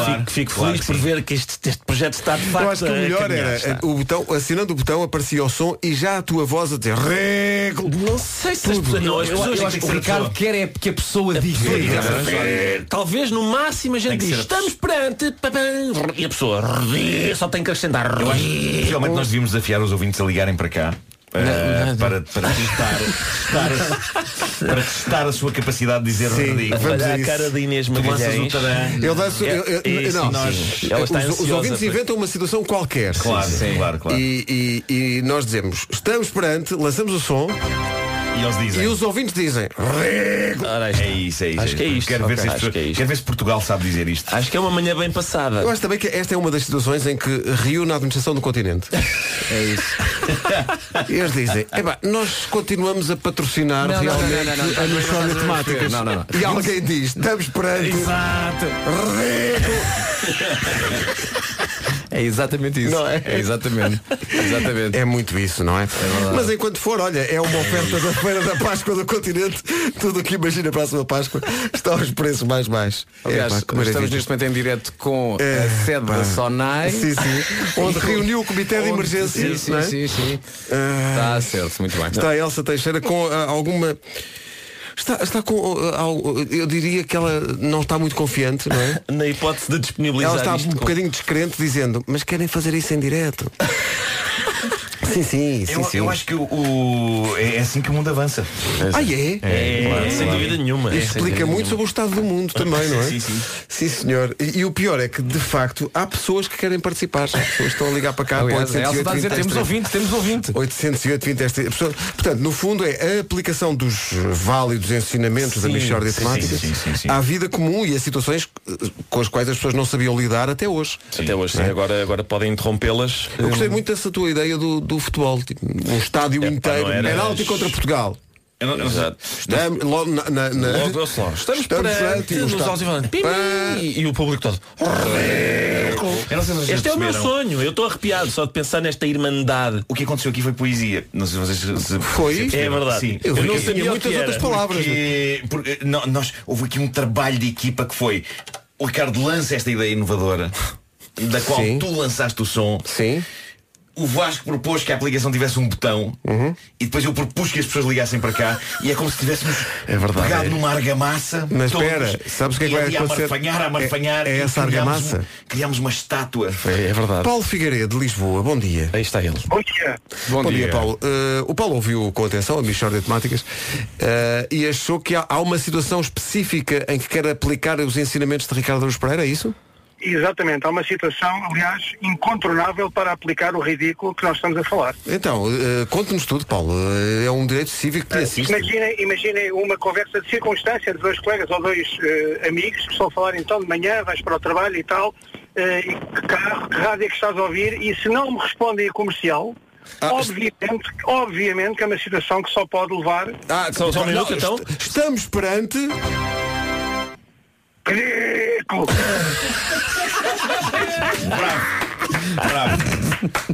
D: Claro,
M: Fico, fico
D: claro
M: feliz
D: que
M: por
D: sim.
M: ver que este, este projeto está de facto.
B: Eu acho que o
M: a
B: melhor
M: caminhar,
B: era
M: está.
B: eh, o botão, assinando o botão, aparecia o som e já a tua voz a dizer "Rego".
M: Não sei se as pessoas. Não, as
D: Eu- eu
M: pessoas
D: acho
M: têm
G: O
M: que ser
G: Ricardo
D: pessoa.
G: quer é que a pessoa diga.
M: Ridículo. Talvez no máximo a gente
D: Tem que
M: diz
D: ser a
M: estamos perante pá, pá, e a pessoa ridículo, só tem que acrescentar
D: Eu acho que
M: ridículo.
D: realmente nós devíamos desafiar os ouvintes a ligarem para cá. eh,
M: Não,
D: para, para testar, testar- para testar a sua capacidade de dizer
B: Sim,
D: ridículo.
B: vamos a
M: Olha a
B: isso.
M: cara da Inês
D: Tu lanças o
M: Magalhães.
D: tadã.
B: Eu danço, eu- eu-
M: É, é,
B: não,
M: sim,
B: nós,
M: sim.
B: eh,
M: Ela
B: os,
M: está
B: os
M: ansiosa
B: ouvintes
M: por-
B: inventam uma situação qualquer
D: Claro, claro, claro. E,
B: E, e- e nós dizemos, estamos perante, lançamos o som
D: eles
B: e
D: dizem.
B: os ouvintes dizem "Rego".
M: Ora,
D: É isso, é isso.
M: Acho que é isto.
D: Quero, ver
M: Ok,
D: se as
M: acho que é
D: pessoas-
M: isto.
D: quero ver se Portugal sabe dizer isto.
M: Acho que é uma manhã bem passada.
B: Eu acho também que esta é uma das situações em que reúne a administração do continente. É isso. E eles dizem, "Epá, nós continuamos a patrocinar
G: Não, não, não,
B: realmente
G: não, não, não,
B: a
G: não, não,
B: noção
G: não,
B: de
G: não,
B: temáticas.
G: não, não, não.
B: E alguém diz, estamos perante.
M: Exato.
G: É exatamente isso. É exatamente. Exatamente.
B: É muito isso, não é? Mas enquanto for, olha, é uma oferta da Feira da Páscoa do continente. Tudo o que imagina a próxima Páscoa está aos preços mais baixos.
G: Aliás,
B: Epá, que
G: estamos
B: maravilha.
G: neste momento em direto com
B: É,
G: a sede
B: pá.
G: da Sonai.
B: Sim, sim. Onde reuniu o Comitê de Emergência.
G: Sim,
B: não
G: sim,
B: é?
G: sim, sim.
B: Ah,
G: Está certo, muito bem.
B: Está a Elsa Teixeira com ah, alguma. Está, está com. ah, algo- eu diria que ela não está muito confiante, não é?
M: Na hipótese de disponibilizar
B: Ela está
M: isto
B: um
M: com-
B: bocadinho descrente dizendo, mas querem fazer isso em direto. sim, sim, sim,
D: eu,
B: sim.
D: eu acho que o, o- é é assim que o mundo avança.
B: Ah, é?
M: É, sem dúvida nenhuma.
B: Isso explica muito sobre o estado do mundo também, não é?
D: Sim, sim.
B: Sim, senhor. E, e o pior é que, de facto, há pessoas que querem participar. As pessoas estão a ligar para cá.
G: Aliás, a
B: para
G: Elsa está a dizer,
B: 808,
G: temos
B: 23.
G: ouvinte, temos ouvinte.
B: 808 20 esta pessoa. Portanto, no fundo é a aplicação dos válidos ensinamentos da
M: Sim,
B: Michórdia
M: sim,
B: Temática
D: sim, sim, sim.
B: à vida comum e a situações eh, com as quais as pessoas não sabiam lidar até hoje.
M: Até hoje, sim. Agora, agora podem interrompê-las.
B: Eu gostei muito dessa tua ideia do, do futebol, tipo, um estádio
M: Epá,
B: inteiro,
M: não era-
B: penalti contra Portugal.
D: Eu não- eu não sei.
B: Estamos, logo na, na, na- um
D: Logo ao som. Estamos perante
B: o
D: nos
B: Estado.
D: aos e falando,
M: E, o público todo.
D: Eu não sei se vocês
M: Este é o meu
D: perceberam.
M: sonho. Eu estou arrepiado só de pensar nesta irmandade.
D: O que aconteceu aqui foi poesia. Não sei se vocês se-
M: Foi?
D: se perceberam.
M: É verdade.
D: Sim.
M: Eu vi que tinha
D: o
M: muitas
D: que era.
M: outras palavras. né?
D: Porque, porque, não, nós, houve aqui um trabalho de equipa que foi. O Ricardo lança esta ideia inovadora, da qual
B: Sim.
D: tu lançaste o som.
B: Sim.
D: O Vasco propôs que a aplicação tivesse um botão
M: Uhum.
D: e depois eu propus que as pessoas ligassem para cá e é como se tivéssemos
B: É verdade,
D: pegado
B: é.
D: numa argamassa.
B: Mas
D: todos,
B: espera, sabes o que é que
D: e
B: vai
D: ali
B: acontecer?
D: A marfanhar, a marfanhar,
B: É- é
D: e
B: essa
D: criámos
B: argamassa.
D: um- criámos uma estátua.
M: Então,
B: É verdade. Paulo Figueiredo, Lisboa, bom dia.
M: Aí está ele.
K: Bom dia.
B: Bom, dia,
D: dia.
B: Paulo. Eh, o Paulo ouviu com atenção a Michórdia de Temáticas eh, e achou que há, há uma situação específica em que quer aplicar os ensinamentos de Ricardo Aruz Pereira, é isso?
C: Exatamente, há uma situação, aliás, incontornável para aplicar o ridículo que nós estamos a falar.
B: Então, eh, conte-nos tudo, Paulo. Eh, é um direito cívico que lhe assiste.
C: Imaginem imaginem uma conversa de circunstância de dois colegas ou dois eh, amigos que estão a falar então de manhã, vais para o trabalho e tal, eh, e que carro, que rádio é que estás a ouvir, e se não me respondem a comercial,
B: Ah,
C: obviamente, obviamente que é uma situação que só pode levar.
B: Ah,
M: só- só um minuto,
B: Não,
M: então.
B: est- Estamos perante.
C: Ridículo!
D: Bravo.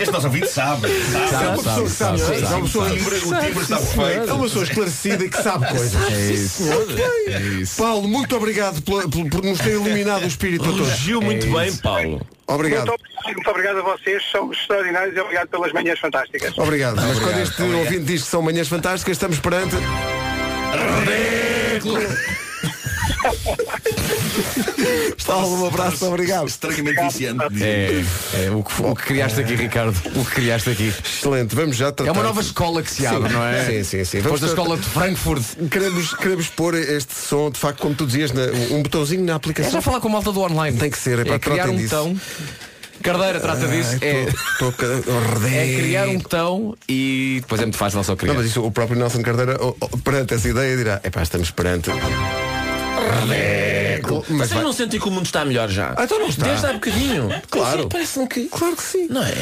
D: Este nosso ouvinte sabe.
B: É uma pessoa que sabe coisas, é uma pessoa-
D: O timbre está
B: É uma
D: feito.
B: pessoa esclarecida que sabe coisas.
D: Sabe, sim, senhor.
B: Ok. Paulo, muito obrigado pela- por, por nos ter iluminado o espírito a todos.
M: Regiu muito bem, Paulo.
B: Obrigado.
C: Muito, obrigado- muito obrigado a vocês, são extraordinários e obrigado pelas manhãs fantásticas.
B: Obrigado. Mas
C: Obrigado,
B: quando este
C: obrigado.
B: ouvinte diz que são manhãs fantásticas, estamos perante. Paulo, um abraço, obrigado.
D: Estranhamente viciante.
G: É, é, o, que, o que criaste aqui, Ricardo. O que criaste aqui.
B: Excelente, vamos já tratar.
G: É uma nova escola que se
B: Sim.
G: abre, não é?
B: Sim, sim, sim. Vamos
G: Depois da
B: tratar-
G: escola de Frankfurt.
B: Queremos, queremos pôr este som, de facto, como tu dizias, na- um botãozinho na
G: É
B: aplicação.
G: já falar com a malta do online.
B: Tem que ser, é
G: É
B: para
G: criar um tão. Cardeira trata disso. É, é criar um tão e depois é muito fácil, não só criar.
B: Não, mas isso, o próprio Nelson Cardeira, oh, oh, perante essa ideia, dirá: epá, estamos perante. Mas
M: Vocês
B: vai-
M: não sentem que o mundo está melhor já?
B: Ah, então não está.
M: Desde há bocadinho.
B: Claro.
M: Sim, Parece-me que.
B: Claro que sim.
M: Não é?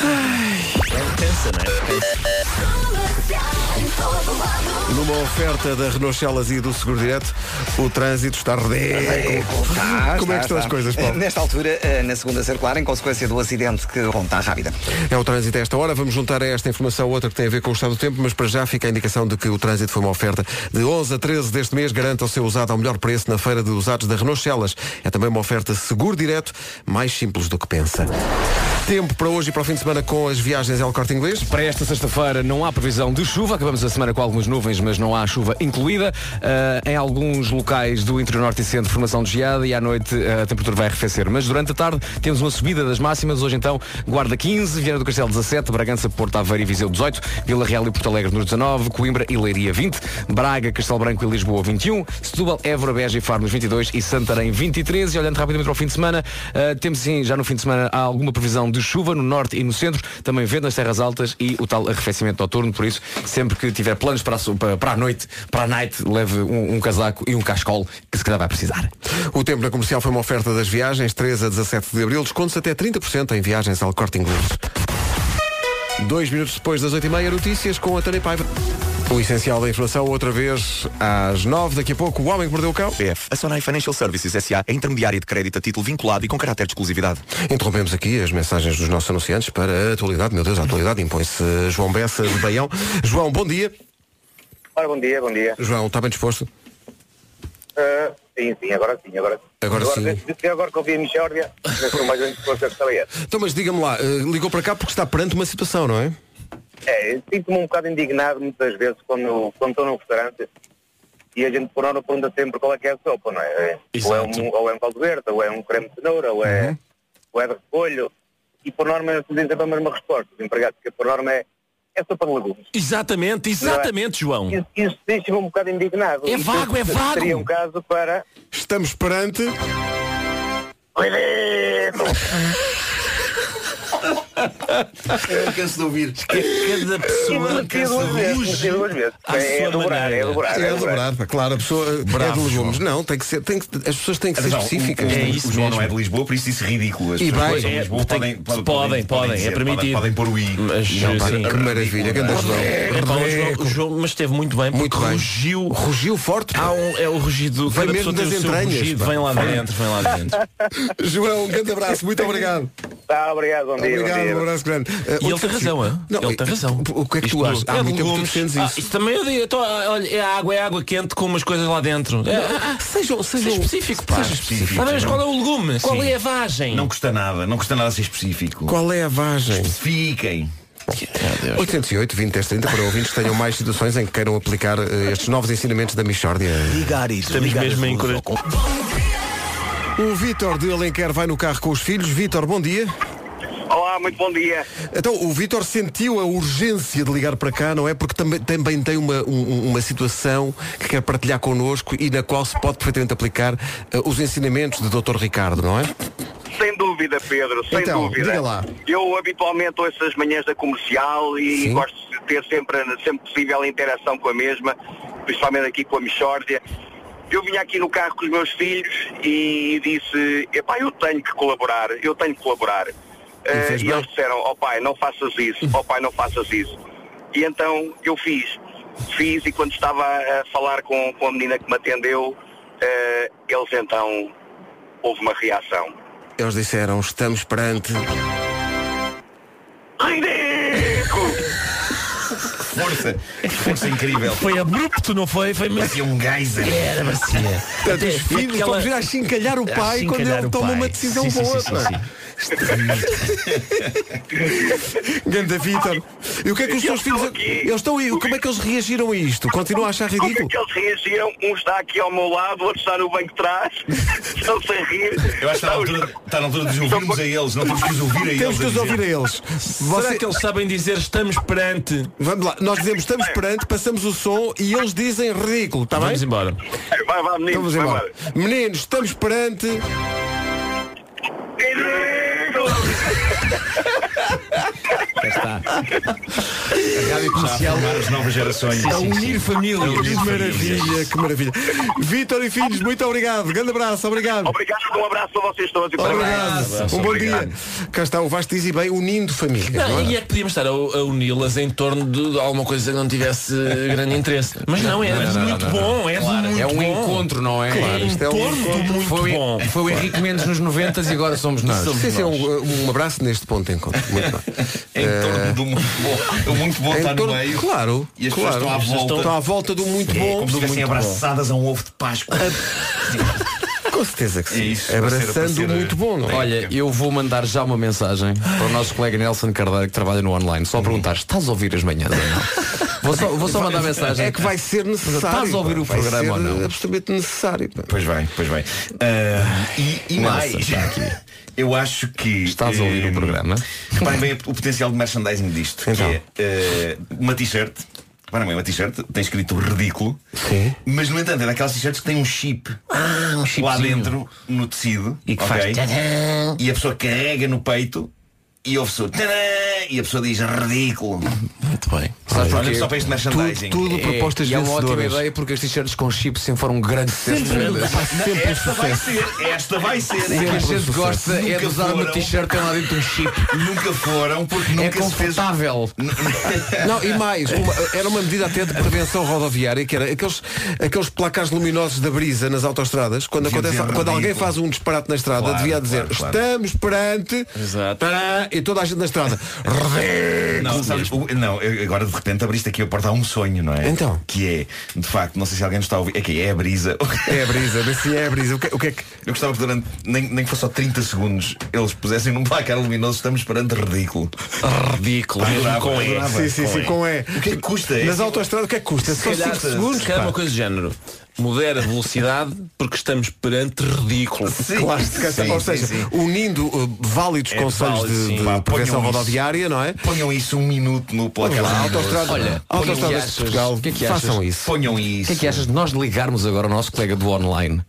M: Ai. Pensa, não é?
B: Numa oferta da Renault Celas e do Seguro Direto, o trânsito está ridículo.
F: Ah,
B: Como
F: está,
B: é que estão as
F: está.
B: coisas, Paulo?
F: Nesta altura, eh, na segunda circular, em consequência do acidente que ponta à rápida.
B: É o trânsito a esta hora. Vamos juntar a esta informação outra que tem a ver com o estado do tempo, mas para já fica a indicação de que o trânsito foi uma oferta de 11 a 13 deste mês. Garanta o seu usado ao melhor preço na feira de usados da Renault Celas. É também uma oferta seguro direto, mais simples do que pensa. Tempo para hoje e para o fim de semana com as viagens ao Corte Inglês.
G: Para esta sexta-feira não há previsão de chuva, acabamos a semana com algumas nuvens, mas não há chuva incluída. Ah, em alguns locais do interior norte e centro, formação de geada e à noite ah, a temperatura vai arrefecer. Mas durante a tarde temos uma subida das máximas. Hoje então, Guarda 15, Viana do Castelo 17, Bragança, Porto Aveiro e Viseu 18, Vila Real e Porto Alegre nos 19, Coimbra e Leiria 20, Braga, Castelo Branco e Lisboa 21, Setúbal, Évora, Beja e Faro nos 22 e Santarém 23. E olhando rapidamente para o fim de semana, ah, temos sim, já no fim de semana há alguma previsão de chuva no norte e no centro, também vento nas terras altas e o tal arrefecimento noturno, por isso, sempre que tiver planos para a, su- para- para a noite, para a night, leve um, um casaco e um cascol que se calhar vai precisar.
B: O tempo na comercial foi uma oferta das viagens, 3 a 17 de abril. Descontos até 30% em viagens ao Corte Inglês. Dois minutos depois das 8h30, notícias com a Tânia Paiva. O essencial da informação, outra vez às 9 daqui a pouco, o homem que mordeu o cão.
N: F. A Sonai Financial Services S.A. é intermediária de crédito a título vinculado e com caráter de exclusividade.
B: Interrompemos aqui as mensagens dos nossos anunciantes para a atualidade. Meu Deus, a atualidade impõe-se João Bessa de Baião. João, bom dia.
O: Ora, bom dia, bom dia.
B: João, está bem disposto?
O: Ah, sim, sim, agora sim, agora sim.
B: Agora sim.
O: desde- desde agora que ouvi a Michórdia, já estou mais um bem disposto a trabalhar.
B: Então, mas diga-me lá, eh, ligou para cá porque está perante uma situação, não é?
O: É, eu sinto-me um bocado indignado muitas vezes quando, quando estou num restaurante e a gente por hora pergunta sempre qual é que é a sopa, não é? Ou é, um, ou é um caldo verde, ou é um creme de cenoura, ou é, ou é de repolho. E por norma dizem sempre a mesma resposta dos empregados, que por norma é, é sopa de legumes.
M: Exatamente, exatamente, João.
O: Isso, isso deixa-me um bocado indignado.
M: É
O: Isso
M: vago, é vago.
O: Seria um caso para...
B: Estamos perante...
O: Ridículo!
D: Eu não canso de ouvir.
M: é Cada
D: pessoa
O: ruge
D: à
O: É
D: sua
O: dobrar, é
D: maneira.
O: dobrar.
B: É dobrar, pá, claro, a pessoa é
D: Bravo,
B: de legumes.
D: João.
B: Não, tem que ser, tem que- as pessoas têm que ser
D: Atenção,
B: específicas.
D: O, o, o João não é de Lisboa, por isso disse ridículo. As
B: E
D: pessoas
B: bem,
D: que são de
B: é,
D: Lisboa
B: tem-
D: podem, podem,
M: podem, podem,
D: dizer,
M: é permitido.
D: Podem, podem pôr o I.
M: Mas,
D: Não, pá,
M: sim.
D: que
B: maravilha,
D: ridículo, não é?
M: É, pá, o João- o João, mas esteve muito bem,
B: Muito
M: porque
B: bem.
M: rugiu.
B: Rugiu forte.
M: Há um, é o rugido.
B: Vem
M: Cada
B: mesmo
M: pessoa
B: das
M: tem o seu
B: entranhas,
M: rugido.
B: pá.
M: Vem lá dentro, vem lá dentro.
B: João, um grande abraço, muito obrigado.
O: Tá, obrigado, bom dia. bom
B: Obrigado,
O: dia.
B: um abraço grande. Uh,
M: E ele
B: outro-
M: tem razão, é?
B: Não,
M: ele tem razão.
B: O que é que tu
M: Isto
B: achas? Há
M: é
B: muito tempo que tu
M: legumes.
B: defendes
M: Ah,
B: isso.
M: isto também eu digo. eu tô- ah, olha, é água, é água quente com umas coisas lá dentro. É, ah,
B: Sejam,
M: seja
B: sejam.
M: específico, pá.
D: Seja específico.
M: Ah, mas qual é o legume? Qual
D: Sim.
M: é a vagem?
D: Não custa nada, não custa nada ser específico.
B: Qual é a vagem?
D: Fiquem.
B: 808 20 10 30 para ouvintes que tenham mais situações em que queiram aplicar eh, estes novos ensinamentos da Michórdia.
I: Ligar isso.
M: Estamos
I: ligar
M: mesmo
I: isso.
M: em encorajar.
B: O Vítor de Alenquer vai no carro com os filhos. Vítor, bom dia.
C: Olá, muito bom dia.
B: Então, o Vítor sentiu a urgência de ligar para cá, não é? Porque também, também tem uma, um- uma situação que quer partilhar connosco e na qual se pode perfeitamente aplicar eh, os ensinamentos de Dr. Ricardo, não é?
C: Sem dúvida, Pedro, sem
B: Então,
C: dúvida.
B: diga lá.
C: Eu habitualmente ouço as manhãs da comercial e gosto de ter sempre, sempre possível interação com a mesma, principalmente aqui com a Michórdia. Eu vinha aqui no carro com os meus filhos e disse, epá, eu tenho que colaborar, eu tenho que colaborar. Eh,
B: fez
C: e
B: bem.
C: eles disseram, ó pai, não faças isso, ó pai, não faças isso. E então eu fiz. Fiz e quando estava a a falar com, com a menina que me atendeu, eh, eles então houve uma reação.
B: Eles disseram, estamos perante.
C: Ridículo!
D: Força. Força incrível.
M: Foi abrupto, não foi? Foi mesmo.
D: Parecia um geyser.
M: Era bacia.
B: Portanto, é, os filhos estão a chincalhar o
D: É
M: A
D: assim
B: pai quando
M: chincalhar
B: ele
M: o
B: toma
M: pai.
B: uma decisão
M: Sim, sim,
B: boa. é?"
M: sim,
B: pá.
M: sim,
B: Ganda Vitor. E o que é que os teus filhos. Eles estão aí. Como é que eles reagiram a isto? Continuam a achar
C: Como é
B: ridículo?
C: que eles reagiram? Um está aqui ao meu lado, o outro está no banco de trás. Estão-se a rir.
D: Eu acho que está na altura, está na altura de
M: Então
D: os ouvirmos a eles, não temos que os ouvir a eles.
B: Temos que
D: a
B: os
D: dizer.
B: ouvir a eles.
M: Será
B: Você-
M: que eles sabem dizer estamos perante?
B: Vamos lá, nós dizemos estamos perante, passamos o som e eles dizem ridículo, está bem?
M: Vamos embora.
C: Vai, vai,
B: Então vamos
C: meninos, vai,
B: embora. Meninos, estamos perante.
D: Rádio comercial para as novas gerações.
M: Sim, sim, sim.
B: família. Que maravilha, que maravilha. Vítor e filhos, muito obrigado. Grande abraço, obrigado.
C: Obrigado, um abraço a vocês todos e parabéns.
B: Obrigado. Um bom dia. Cá está o Vasco diz e bem, unindo família.
M: Não,
B: não é?
M: e é que podíamos estar a, a uni-las em torno de, de alguma coisa que não tivesse eh, grande interesse. Mas não, é
G: não, não,
M: muito
G: não,
M: bom, é
G: Claro,
M: muito
G: é um
M: bom.
G: encontro, não é?
M: Claro,
B: isto é um
M: em torno do muito
G: Foi,
M: bom.
G: foi o Henrique Mendes nos 90 e agora somos nós.
B: Sim, sim, um, um abraço neste ponto de encontro. Muito bem.
D: Em torno do muito bom. O muito bom
B: Em
D: está no
B: torno-
D: meio.
B: Claro,
D: E as
B: claro.
D: pessoas estão à volta.
B: Estão à volta do muito
D: É
B: bom.
D: como se
B: do
D: estivessem
B: muito bom.
D: abraçadas a um ovo de Páscoa.
B: Com certeza que sim.
D: É isso,
B: Abraçando
D: parceiro,
B: o
D: parceiro.
B: muito bom, não é?
G: Olha, eu vou mandar já uma mensagem para o nosso colega Nelson Cardeiro que trabalha no online. Só a perguntar, estás a ouvir as manhãs ou não? Vou só, vou só mandar mensagem.
B: É que vai ser necessário.
G: Estás a ouvir
B: pá.
G: o
B: Vai
G: programa
B: ser
G: ou não?
B: absolutamente necessário. pá.
D: Pois bem, pois bem. Ah, e e
G: Nossa,
D: mais.
G: está tá aqui.
D: Eu acho que.
G: Estás a ouvir
D: eh,
G: o programa?
D: Reparem bem o potencial de merchandising disto.
B: Então.
D: Que é eh, uma t-shirt. Reparem bem, uma t-shirt tem escrito ridículo.
B: Sim.
D: Mas no entanto é daquelas t-shirts que tem um chip
I: Ah, um
D: lá
I: chipzinho.
D: dentro no tecido.
I: E que
D: ok?
I: faz tadã.
D: E a pessoa carrega no peito e ouve-se o tadã, e a pessoa diz ridículo.
I: Muito bem.
G: Sabes porquê?
D: Olha só para este merchandising.
B: tudo-
G: É,
B: propostas
G: e é uma ótima
B: vencedoras.
G: ideia porque as t-shirts com chips sempre foram um grande sucesso de vendas.
D: Não,
B: um
D: esta vai ser, esta vai ser.
G: O que a gente
D: Nunca
G: gosta é de usar uma
D: foram-
G: t-shirt tem lá dentro um chip.
D: Nunca foram, porque
G: É
D: nunca se fez.
G: confortável.
B: Não, e mais, uma- era uma medida até de prevenção rodoviária, que era aqueles, aqueles placares luminosos da brisa nas autoestradas, quando,
D: Devia
B: acontece,
D: dizer
B: quando alguém
D: ridículo.
B: faz um disparate na estrada,
D: Claro,
B: devia dizer
D: claro, claro.
B: estamos perante
M: Exato.
B: tará", e toda a gente na estrada.
D: Não, sabes, o- não, eu- agora de repente abriste aqui a porta a um sonho, não é?
B: Então.
D: Que é, de facto, não sei se alguém nos está a ouvir. É que é a brisa.
B: É a brisa, mas sim é a brisa. O que, o que é que.
D: Eu gostava que durante, nem, nem que fosse só 30 segundos, eles pusessem num placar luminoso, estamos perante ridículo.
M: Ridículo. Mesmo
D: Adorava,
M: com E.
D: adorava.
B: Sim, sim,
D: com
B: sim,
D: E.
B: com E.
D: O que é que custa?
B: Nas
D: É-
B: autoestradas, o que é que custa? Só 5 segundos.
M: Se calhar é
B: pá.
M: uma coisa do género. Modera a velocidade porque estamos perante ridículo.
D: Sim,
B: Claro, se calhar-
D: sim,
B: ou
D: sim,
B: seja,
D: sim.
B: unindo uh, válidos
M: É
B: conselhos
M: válido,
B: de,
M: sim.
B: de
D: Pá,
B: prevenção
D: ponham isso.
B: rodoviária, não é?
D: Ponham isso um minuto no placar.
B: Lá,
D: luminoso.
B: autoestradas
G: Olha,
B: autoestradas
G: olha,
B: de Portugal,
G: o que é que achas?
B: façam isso.
D: Ponham
G: O
D: isso.
G: que é que achas de nós ligarmos agora ao nosso colega do online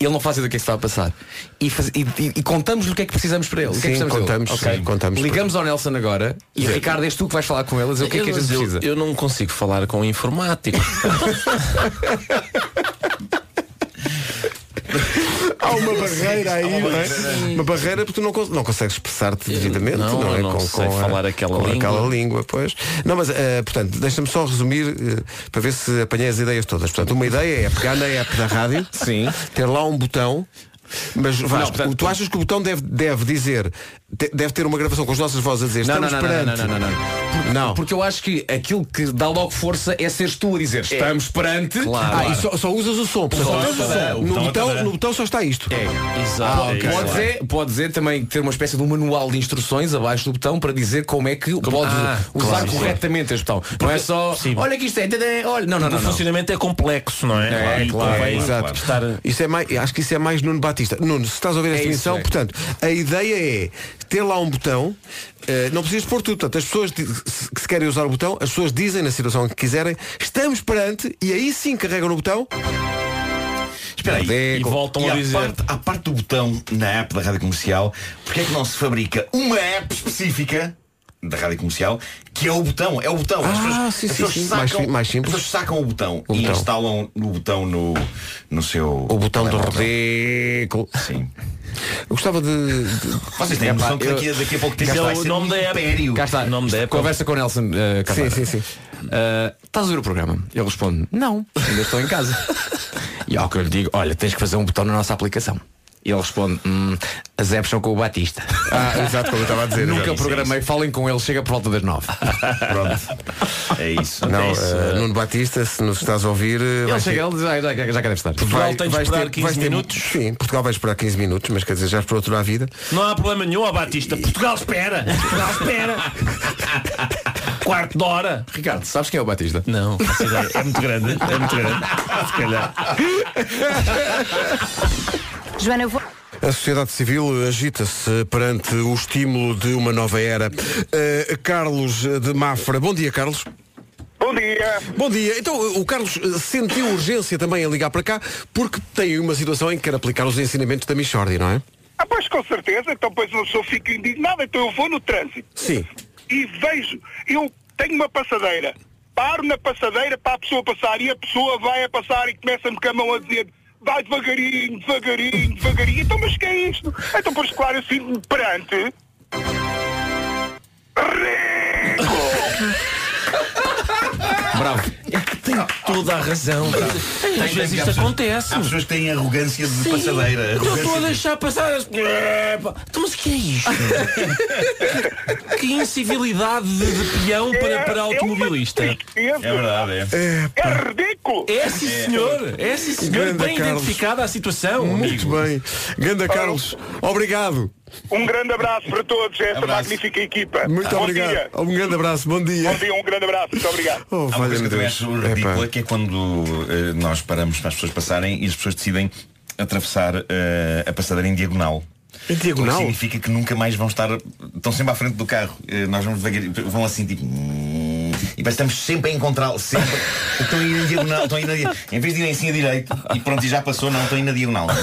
G: ele não faz ideia do que é que está a passar. E, faz- e- e- e contamos-lhe o que é que precisamos para ele. o que é que
B: Sim,
G: precisamos dele.
B: contamos,
G: Ok.
B: sim, contamos.
G: Ligamos ao Nelson agora e
M: Sim.
G: Ricardo, és tu que vais falar com ele a dizer o que é que a
M: Eu-
G: gente
M: eu-
G: precisa.
M: Eu não consigo falar com um informático.
B: Há uma barreira aí, não é? Uma barreira porque tu não, cons- não consegues expressar-te
G: Eh,
B: devidamente,
M: não,
B: não, é?
M: eu não sei falar aquela
B: com
M: língua.
B: aquela língua, pois. Não, mas, eh, portanto, deixa-me só resumir eh, para ver se apanhei as ideias todas. Portanto, uma ideia é pegar na app da rádio,
G: Sim.
B: ter lá um botão. Mas Vasco,
G: Não, portanto,
B: tu achas que o botão deve, deve dizer, de- deve ter uma gravação com as nossas vozes a dizer
G: Não, não,
B: estamos
G: não, não,
B: perante.
G: não, não, não, Porque, porque eu acho que aquilo que dá logo força é seres tu a dizer estamos perante.
B: ah, e só, só usas o som. portanto,
G: Só
B: só tens o
G: usas o
B: som.
G: som.
B: No,
G: O botão-
B: botão, no botão só está isto.
G: É,
M: exato.
G: Ah, ok. pode, dizer, pode dizer também ter uma espécie de um manual de instruções abaixo do botão para dizer como é que pode
M: Ah,
G: usar
M: claro, sim.
G: corretamente este botão. Não é só. Olha que isto é. tadã, Olha, não, não,
M: Porque
G: não.
M: O
G: não.
M: funcionamento é complexo, não é?
B: É,
M: E
B: claro,
M: convém
B: exato.
M: Estar...
B: Isso é mais, acho que isso é mais Nuno Batista. Nuno, se estás a ouvir
M: É
B: esta
M: isso,
B: emissão,
M: é.
B: portanto, a ideia é ter lá um botão, eh, não precisas pôr tudo, portanto, as pessoas di- se- que se querem usar o botão, as pessoas dizem na situação que quiserem, estamos perante, e aí sim carregam no botão.
D: Espera aí.
B: Cadê?
D: E
B: voltam a
D: à
B: dizer.
D: Parte, à parte do botão na app da rádio comercial, porque é que não se fabrica uma app específica da rádio comercial que é o botão? É o botão. as
B: Ah,
D: pessoas,
B: sim,
D: as
B: sim,
D: pessoas
B: sim. Mais
D: Sacam,
B: fi- mais simples.
D: As pessoas sacam o botão
B: O
D: e
B: botão.
D: instalam no botão no, no seu.
B: O botão do
D: telemóvel.
B: ridículo.
D: Sim.
B: Eu gostava de. de-
D: Vocês
B: É
D: têm noção que daqui a, daqui a pouco tempo vai ser um império.
G: Cá está.
M: é Nome da app.
G: Conversa com o Nelson. eh, cá
B: Sim,
G: está.
B: sim, sim.
G: Eh, estás a ver o programa? Ele responde, não, ainda estou em casa. e ao que eu lhe digo, olha, tens que fazer um botão na nossa aplicação. E ele responde, "Hum, as apps são com o Batista.
B: Ah, exato, como eu estava a dizer.
G: Nunca
B: Exato. Ah,
G: programei, falem com ele, chega por volta das nove.
D: É isso.
B: Não,
D: é isso.
B: eh, Nuno Batista, se nos estás a ouvir. eh,
G: Ele
B: vais ter-
G: chega, ele diz, "Ah, já, já, já quero estar.
B: vai- vais ter- vais ter- Sim, Portugal vai esperar 15 minutos, mas quer dizer, já esperou toda a vida.
M: Não há problema nenhum, ó Batista. Portugal espera. Portugal espera. Quarto de hora.
G: Ricardo, sabes quem é o Batista?
M: Não, faço ideia. é muito grande. É muito grande. Se calhar.
P: Joana, vou...
B: A sociedade civil agita-se perante o estímulo de uma nova era. Eh, Carlos de Mafra, bom dia, Carlos.
C: Bom dia.
B: Bom dia. Então, eh, o Carlos eh, sentiu urgência também a ligar para cá, porque tem uma situação em que quer aplicar os ensinamentos da Michordi, não é?
C: Ah, pois com certeza, então pois uma pessoa fica indignada, então eu vou no trânsito.
B: Sim.
C: E vejo, eu tenho uma passadeira, paro na passadeira para a pessoa passar e a pessoa vai a passar e começa-me com a mão a dizer vai devagarinho, devagarinho, devagarinho, então mas que é isto? Então pois claro, eu sinto-me perante.
G: Bravo.
M: Tem toda a razão. Às vezes isto acontece.
D: Há pessoas que têm arrogância de passadeira.
M: Não
D: arrogância
M: estou a
D: de-
M: deixar passar as. Epa, Então, mas o que é isto? que incivilidade de, de peão para, para automobilista.
C: É
D: verdade, é.
C: É ridículo!
M: É sim senhor, é sim senhor,
B: Grande
M: bem
B: Carlos.
M: identificada a situação.
B: Muito
M: amigo.
B: bem. Ganda Carlos, obrigado.
C: Um grande abraço para todos, esta magnífica equipa.
B: Muito
C: Bom
B: obrigado.
C: dia.
B: Um grande abraço, bom dia.
C: Bom dia, um grande abraço, muito obrigado.
B: Oh,
D: Há uma coisa que
B: valha-me
D: eu também
B: Deus.
D: acho ridícula que é quando eh, nós paramos para as pessoas passarem e as pessoas decidem atravessar eh, a passadeira em diagonal.
B: Em diagonal?
D: O que significa que nunca mais vão estar. Estão sempre à frente do carro. Eh, nós vamos devagar, vão assim tipo. "Hum", E parece que estamos sempre a encontrá-lo. Sempre. estão a ir na diagonal, estão a ir na diagonal. Em vez de irem assim a direito e pronto, e já passou, não, estão a ir na diagonal.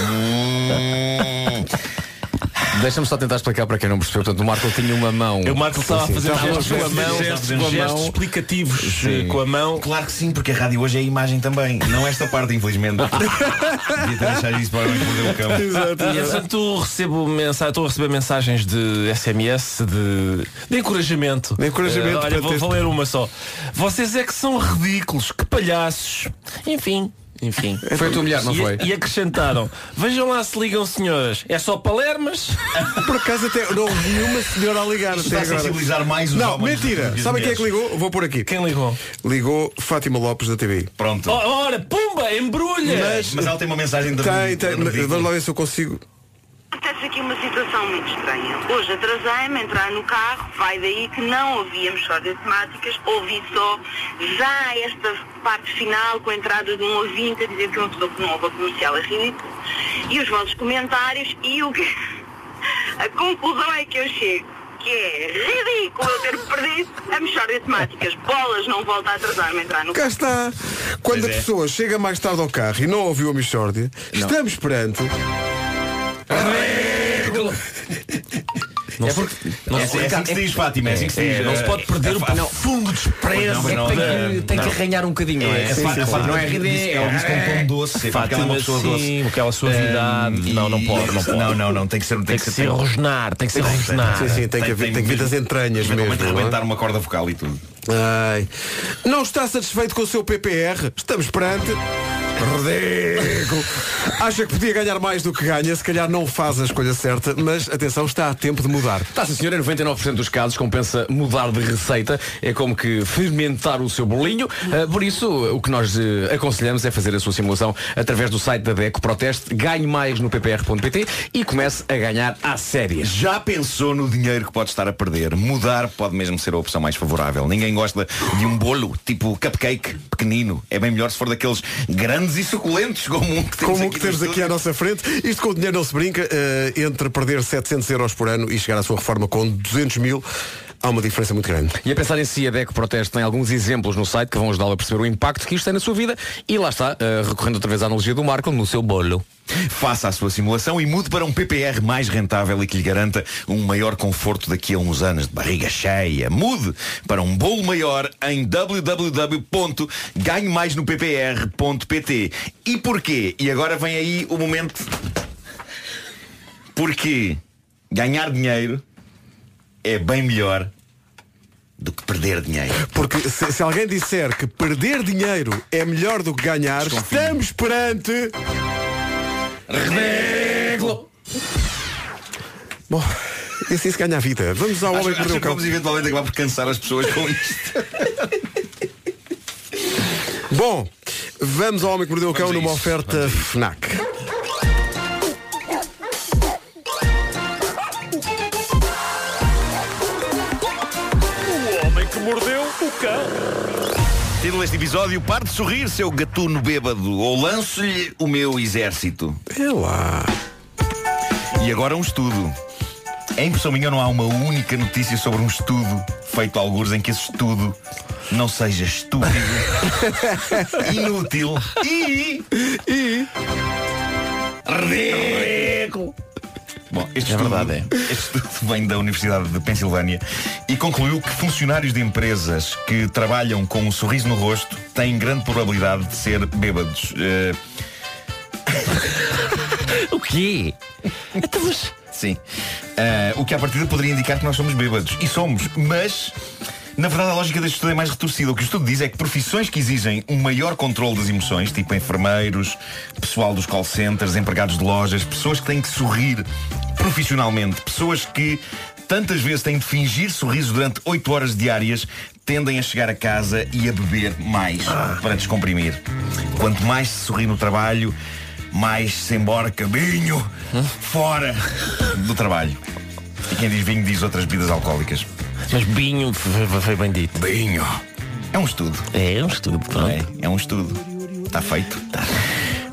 D: Hum.
G: Deixa-me só tentar explicar para quem não percebeu. Portanto, o Marco tinha uma mão.
M: O Marco estava a
G: Sim,
M: fazer
G: estava
M: gestos com a
G: fazer
M: mão,
G: gestos
M: com a mão,
G: mão.
M: explicativos eh, com a mão.
D: Claro que sim, porque a rádio hoje é a imagem também. Não esta parte, infelizmente. Devia ter deixado isso para não perder o campo.
M: E entretanto eu recebo mensagem, estou a receber mensagens de SMS de, de encorajamento.
B: De encorajamento
M: Eh,
B: para
M: olha, vou,
B: ter-
M: vou ler uma só. Vocês é que são ridículos, que palhaços. Enfim. Enfim.
G: Foi a tua mulher, não
M: E-
G: foi?
M: E acrescentaram, vejam lá se ligam senhoras, é só palermas?
B: Por acaso até não ouvi uma senhora a ligar
D: Isto
B: até
D: está a
B: agora.
D: sensibilizar mais os
B: Não,
D: homens do
B: mentira.
D: que as
B: Sabem quem é que
D: mulheres.
B: ligou? Vou pôr aqui.
M: Quem ligou? "Oh,
B: Ligou Fátima Lopes da TV.
D: Pronto.
M: Ora, pumba, embrulha!
D: Mas, mas ela tem uma mensagem da
B: Tem,
D: da-
B: tem.
D: da-
B: mas Vamos lá ver se eu consigo.
Q: Acontece aqui uma situação muito estranha. Hoje atrasei-me a entrar no carro, vai daí que não ouvíamos só de temáticas, ouvi só já esta parte final com a entrada de um ouvinte a dizer que uma pessoa que não ouve a comercial é ridículo. E os vossos comentários e o que... A conclusão é que eu chego. que é ridículo eu ter perdido a mexer de temáticas. Bolas, não volta a atrasar-me a entrar no
B: Cá está. Quando
Q: Pois é.
B: a pessoa chega mais tarde ao carro e não ouviu a Michórdia, estamos perante.
D: Não é porque, é, assim- é assim que se diz, Fátima. É assim que se diz. É
G: não se pode perder o não, fundo de
D: Não, mas
G: é
D: não,
G: que
D: não,
G: tem que, tem que
D: não.
G: arranhar um bocadinho. não é?
D: É, a Fá- a Fátima
G: Não é
D: disse-
G: RD,
D: ela disse com um tom doce, é porque ela é uma pessoa
I: Fátima, sim,
D: doce.
I: aquela suavidade.
D: Ahm,
I: Não, não pode, não pode.
D: Não, não, não, tem que ser...
I: Tem que se rosnar, tem que se
M: Ah,
I: rosnar.
D: tem-
I: Sim, sim, tem que haver- tem que vir das
B: entranhas
D: eventualmente
B: mesmo, não é?
D: rebentar uma corda vocal e tudo.
B: Ai. Não está satisfeito com o seu PPR? Estamos perante. Rodrigo. Acha que podia ganhar mais do que ganha, se calhar não faz a escolha certa, mas atenção, está a tempo de mudar.
G: Está sim senhora, em 99% dos casos compensa mudar de receita, é como que fermentar o seu bolinho, Ah, por isso o que nós eh, aconselhamos é fazer a sua simulação através do site da DECO Proteste, ganhe mais no ppr.pt e comece a ganhar à séria.
D: Já pensou no dinheiro que pode estar a perder? Mudar pode mesmo ser a opção mais favorável. Ninguém gosta de um bolo tipo cupcake pequenino. É bem melhor se for daqueles grandes e suculentos como um que temos
B: Como o
D: aqui
B: que
D: no
B: temos aqui à nossa frente. Isto com o dinheiro não se brinca. eh, entre perder 700 euros por ano e chegar à sua reforma com 200 mil, há uma diferença muito grande.
G: E a pensar em si, a DECO Proteste tem alguns exemplos no site que vão ajudá-lo a perceber o impacto que isto tem na sua vida e lá está, eh, recorrendo outra vez à analogia do Marco, no seu bolo.
D: Faça a sua simulação e mude para um PPR mais rentável e que lhe garanta um maior conforto daqui a uns anos de barriga cheia. Mude para um bolo maior em www.ganhemaisnoppr.pt. E porquê? E agora vem aí o momento. Porque ganhar dinheiro é bem melhor do que perder dinheiro.
B: Porque se, se alguém disser que perder dinheiro é melhor do que ganhar, estamos perante.
D: Ridículo!
B: Bom, e assim se ganha a vida. Vamos ao homem que
D: Acho
B: perdeu
D: que
B: o cão.
D: vamos eventualmente acabar por cansar as pessoas com isto.
B: Bom, vamos ao homem que perdeu o cão
D: Vamos a
B: numa
D: isso,
B: oferta FNAC.
D: O homem que mordeu o cão. Título deste episódio, pare de sorrir, seu gatuno bêbado, ou lanço-lhe o meu exército.
B: É lá.
D: E agora um estudo. Em Pessoa Minha não há uma única notícia sobre um estudo feito a algures em que esse estudo não seja estúpido, inútil e... e... Ridículo. Bom, este, estudo, este estudo vem da Universidade de Pensilvânia e concluiu que funcionários de empresas que trabalham com um sorriso no rosto têm grande probabilidade de ser bêbados. Eh, o quê? Sim. Eh, o que à partida poderia indicar que nós somos bêbados. E somos, mas. Na verdade, a lógica deste estudo é mais retorcida. O que o estudo diz é que profissões que exigem um maior controle das emoções, tipo enfermeiros, pessoal dos call centers, empregados de lojas, pessoas que têm que sorrir profissionalmente, pessoas que tantas vezes têm de fingir sorriso durante 8 horas diárias, tendem a chegar a casa e a beber mais para descomprimir. Quanto mais se sorri no trabalho, mais se emborca vinho fora do trabalho. E quem diz vinho diz outras bebidas alcoólicas.
I: Mas Binho foi, foi bem dito.
D: Binho. É um estudo.
I: É um estudo, pronto.
D: É, é um estudo. Está feito. Tá.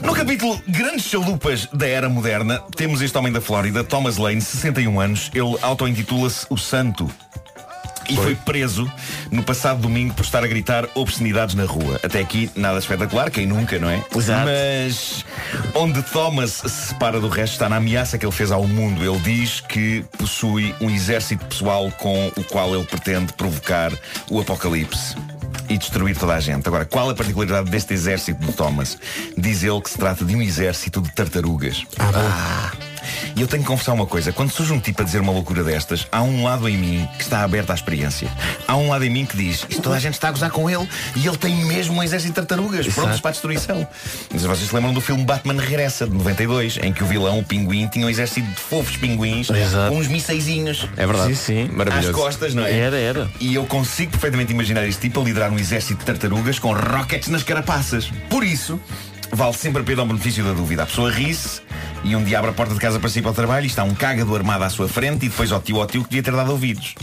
D: No capítulo Grandes Chalupas da Era Moderna, temos este homem da Flórida, Thomas Lane, 61 anos. Ele auto-intitula-se o Santo. E foi preso no passado domingo por estar a gritar obscenidades na rua. Até aqui nada espetacular, quem nunca, não é? Mas onde Thomas se separa do resto está na ameaça que ele fez ao mundo. Ele diz que possui um exército pessoal com o qual ele pretende provocar o apocalipse e destruir toda a gente. Agora, qual a particularidade deste exército de Thomas? Diz ele que se trata de um exército de tartarugas. Ah. E eu tenho que confessar uma coisa, quando surge um tipo a dizer uma loucura destas, há um lado em mim que está aberto à experiência. Há um lado em mim que diz, isto toda a gente está a gozar com ele e ele tem mesmo um exército de tartarugas prontos para a destruição. Mas vocês se lembram do filme Batman Regressa, de 92, em que o vilão, o pinguim, tinha um exército de fofos pinguins com uns mísseisinhos
G: É verdade.
I: Sim, sim.
D: às costas, não é?
I: Era, era.
D: E eu consigo perfeitamente imaginar este tipo a liderar um exército de tartarugas com rockets nas carapaças. Por isso, vale sempre a pena ao benefício da dúvida. A pessoa ri-se e um dia abre a porta de casa para sair para o trabalho e está um cagado armado à sua frente e depois ao tio, ao tio que devia ter dado ouvidos.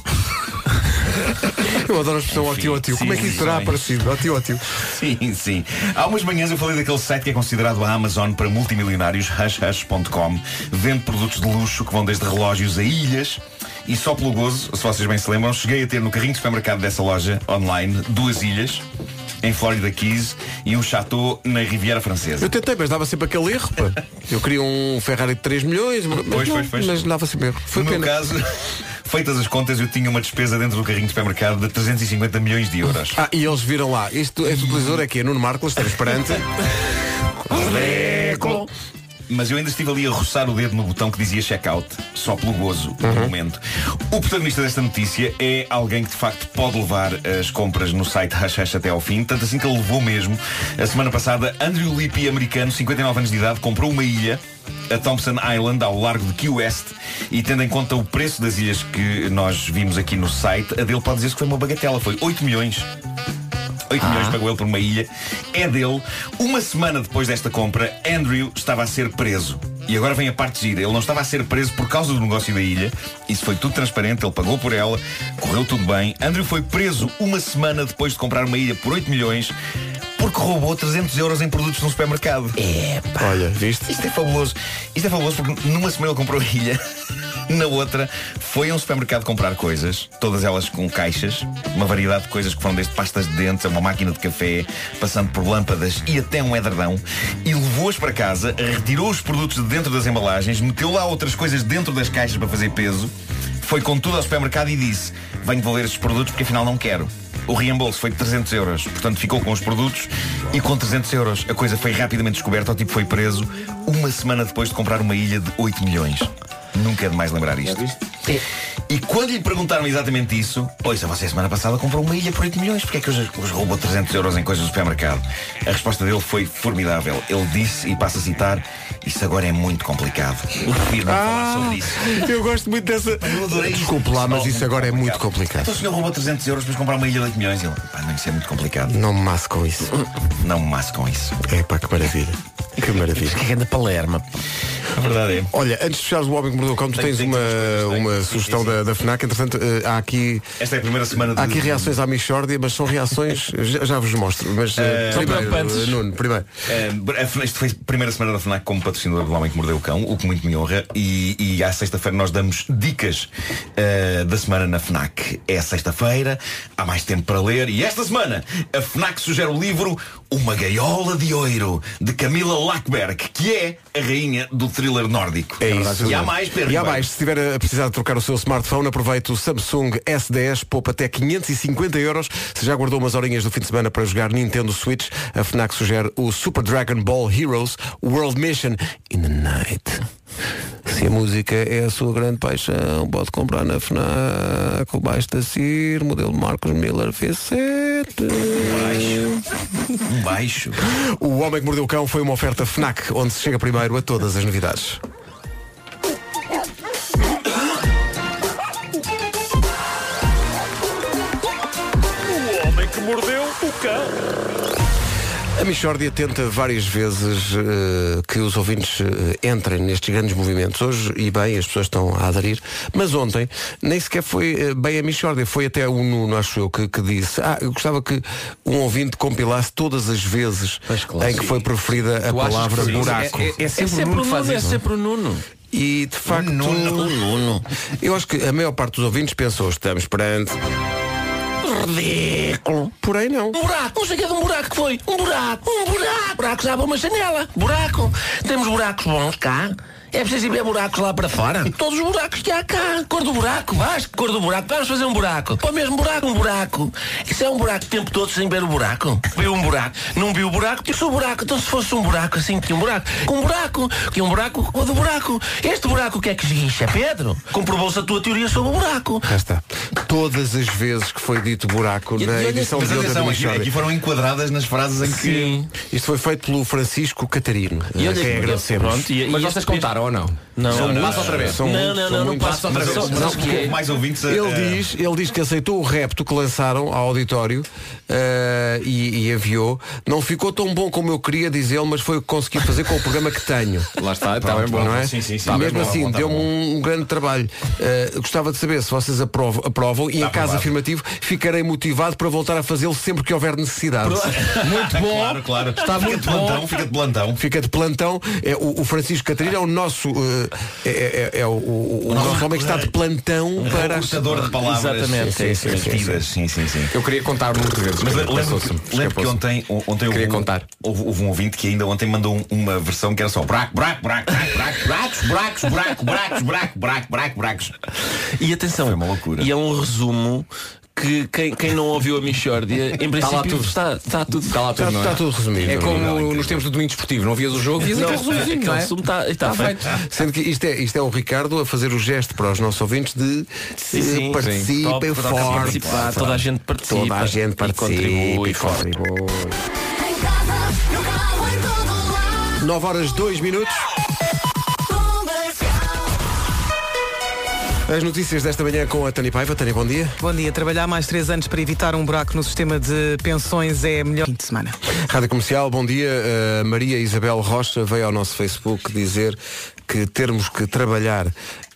B: Eu adoro a expressão ó tio, ó tio. Como é que isso será aparecido? Ó tio, ó tio.
D: Sim, sim. Há umas manhãs eu falei daquele site que é considerado a Amazon para multimilionários, hushhush.com. Vende produtos de luxo que vão desde relógios a ilhas E só pelo gozo, se vocês bem se lembram, cheguei a ter no carrinho de supermercado dessa loja online duas ilhas em Florida Keys e um chateau na Riviera Francesa.
B: Eu tentei, mas dava sempre aquele erro. pá. Eu queria um Ferrari de 3 milhões, mas,
D: Pois,
B: não,
D: pois, pois.
B: mas dava sempre erro. Foi
D: no
B: pena.
D: meu caso, feitas as contas, eu tinha uma despesa dentro do carrinho de supermercado de 350 milhões de euros.
B: Ah, e eles viram lá. Este, este utilizador é que é Nuno Marcos, transparente.
D: Ridículo. Mas eu ainda estive ali a roçar o dedo no botão que dizia checkout, só pelo gozo do momento. O protagonista desta notícia é alguém que de facto pode levar as compras no site Hush Hush até ao fim, tanto assim que ele levou mesmo. A semana passada, Andrew Lippi, americano, 59 anos de idade, comprou uma ilha, a Thompson Island, ao largo de Key West, e tendo em conta o preço das ilhas que nós vimos aqui no site, a dele pode dizer-se que foi uma bagatela, foi 8 milhões. 8 milhões pagou ele por uma ilha. É dele. Uma semana depois desta compra, Andrew estava a ser preso. E agora vem a parte gira. Ele não estava a ser preso por causa do negócio da ilha. Isso foi tudo transparente. Ele pagou por ela. Correu tudo bem. Andrew foi preso uma semana depois de comprar uma ilha por 8 milhões porque roubou 300 euros em produtos num supermercado. É, Olha, viste? Isto é fabuloso. Isto é fabuloso porque numa semana ele comprou a ilha. Na outra, foi a um supermercado comprar coisas, todas elas com caixas, uma variedade de coisas que foram desde pastas de dentes a uma máquina de café, passando por lâmpadas e até um edredão, e levou-as para casa, retirou os produtos de dentro das embalagens, meteu lá outras coisas dentro das caixas para fazer peso, foi com tudo ao supermercado e disse: Venho devolver estes produtos porque afinal não quero. O reembolso foi de 300 euros, portanto ficou com os produtos e com 300 euros a coisa foi rapidamente descoberta, o tipo foi preso uma semana depois de comprar uma ilha de 8 milhões. Nunca é demais lembrar isto. E quando lhe perguntaram exatamente isso, pois a você semana passada comprou uma ilha por 8 milhões, porque é que hoje os roubou 300 euros em coisas do supermercado? A resposta dele foi formidável. Ele disse, e passo a citar, isso agora é muito complicado. Prefiro não falar sobre isso.
B: Ah, eu gosto muito dessa. Desculpe lá, mas isso agora é muito complicado.
D: Então o senhor roubou 300 euros para comprar uma ilha de 8 milhões. Ele, pá, não, isso é muito complicado. Não me masse com isso. Não me masse com isso.
B: É pá, que maravilha. Que maravilha. que
D: é da Palerma. A verdade é.
B: Olha, antes de fechares o Homem que Mordeu o Cão, tu tens uma, uma sugestão Da, da FNAC. Entretanto, eh, há aqui...
D: Esta é a primeira semana de...
B: Há aqui reações à Michórdia, mas são reações... já, já vos mostro, mas... eh,
D: São
B: primeiro,
D: preocupantes.
B: eh, Nuno, primeiro.
D: Eh, a FNAC- isto foi a primeira semana da FNAC como patrocinador do Homem que Mordeu o Cão, o que muito me honra. E, e à sexta-feira nós damos dicas eh, da semana na FNAC. É sexta-feira, há mais tempo para ler. E esta semana a FNAC sugere o livro Uma Gaiola de Ouro, de Camila Lackberg, que é a rainha do thriller nórdico.
B: É isso.
D: E há mais, Pedro.
B: E há
D: Ribeiro.
B: mais. Se tiver a precisar de trocar o seu smartphone, aproveite o Samsung S10, poupa até 550 euros. Se já guardou umas horinhas do fim de semana para jogar Nintendo Switch, a FNAC sugere o Super Dragon Ball Heroes World Mission in the Night. Se a música é a sua grande paixão, pode comprar na FNAC, o baixo da Cir, modelo Marcos Miller V7.
D: Um Baixo.
B: O Homem que Mordeu o Cão foi uma oferta FNAC, onde se chega primeiro a todas as novidades.
M: O homem que mordeu o cão.
B: A Michórdia tenta várias vezes eh, que os ouvintes eh, entrem nestes grandes movimentos. Hoje, e bem, as pessoas estão a aderir. Mas ontem, nem sequer foi eh, bem a Michórdia. Foi até o Nuno, acho eu, que, que disse Ah, eu gostava que um ouvinte compilasse todas as vezes em que foi preferida a
G: Tu achas
B: palavra
G: que sim?
B: buraco.
G: É- é- é sempre É sempre o Nuno que o faz Nuno, isso. é sempre
B: o Nuno. E, de facto... Eu acho que a maior parte dos ouvintes pensou estamos perante...
M: Ridículo.
B: Porém não.
M: Buraco. Não sei que é de um buraco que foi. Um buraco. Um buraco. Buraco já para uma janela. Buraco. Temos buracos bons cá. É preciso ir ver buracos lá para fora. Todos os buracos que há cá. Cor do buraco, vais, cor do buraco. Vamos fazer um buraco. Para o mesmo buraco, um buraco. Isso é um buraco o tempo todo sem ver o buraco. Viu um buraco. Não viu o buraco, disse o buraco. Então se fosse um buraco assim, tinha um buraco. Com um buraco. Que um buraco, o do buraco. Este buraco o que é que esguicha, Pedro? Comprovou-se a tua teoria sobre o buraco.
B: Cá está. Todas as vezes que foi dito buraco
D: E- e
B: na
D: olha-
B: edição
D: mas
B: de ontem
D: atenção,
B: da
D: aqui-
B: Michórdia.
D: aqui foram enquadradas nas frases em que- Sim.
B: Isto foi feito pelo Francisco Catarino. eh, é
D: E
B: E
D: olha-
B: quem agradecemos.
D: pronto, e- e
G: Mas vocês contaram ou não?
B: São
G: Passa
B: muitos.
G: outra vez.
B: São muitos, são muitos.
G: outra
B: Mas-
G: vez.
B: mas-
G: Não, porque-
B: Ele diz, ele diz que aceitou o repto que lançaram ao auditório eh, e, e enviou. Não ficou tão bom como eu queria, diz ele, mas foi o que consegui fazer com o programa que tenho.
G: Lá está, está
B: Pronto,
G: Tá bem bom.
B: não é?
G: Sim, sim, sim.
B: E
G: Tá bem
B: mesmo
G: bom,
B: assim,
G: tá
B: deu-me
G: bom.
B: um grande trabalho. Eh, gostava de saber se vocês aprovam, aprovam e em caso
G: aprovado.
B: afirmativo ficarei motivado para voltar a fazê-lo sempre que houver necessidade.
D: Muito bom. é Claro, claro.
B: Está
D: Fica
B: muito
D: de plantão,
B: bom.
D: Fica de plantão.
B: Fica de plantão. É, o, o Francisco Catarina é o nosso nosso eh, é, é- é o, o- o nosso homem que está de
D: Um
B: plantão para
D: Recrutador de palavras repetidas. Sim, sim, sim.
G: Eu queria contar muitas vezes.
D: Mas le-
G: escapou-se,
D: lembro, que-
G: escapou-se.
D: lembro que ontem, on- ontem houve, um, Houve, houve um ouvinte que ainda ontem mandou um- uma versão que era só braco, braco, braco, braco, braco, bracos, bracos, braco, bracos, braco, braco, braco, bracos.
M: E atenção, é uma loucura. E é um resumo que quem, quem não ouviu a Michórdia,
R: Tá
M: em princípio,
G: Está Tá lá tudo.
M: Está, está tudo. Está lá
G: tudo, não é? É como nos tempos do domínio desportivo, não vias o jogo, vias
M: Não,
G: aquele resumozinho,
M: aquele tá-
G: não é?
M: resumo está- está
R: Tá
G: Está feito.
B: Sendo que isto é, isto é o Ricardo a fazer o gesto para os nossos ouvintes de
M: Sim,
B: eh,
M: sim. Sim.
B: participem
M: Top, toda a gente
B: forte.
M: participa, toda a gente participa
B: Toda a gente
M: e
B: participa
M: contribui
B: e
M: forte.
B: contribui. 9 horas 2 minutos. As notícias desta manhã com a Tânia Paiva. Tânia, bom dia.
A: Bom dia. Trabalhar mais três anos para evitar um buraco no sistema de pensões é a melhor fim de semana.
B: Rádio Comercial, bom dia. Uh, Maria Isabel Rocha veio ao nosso Facebook dizer que termos que trabalhar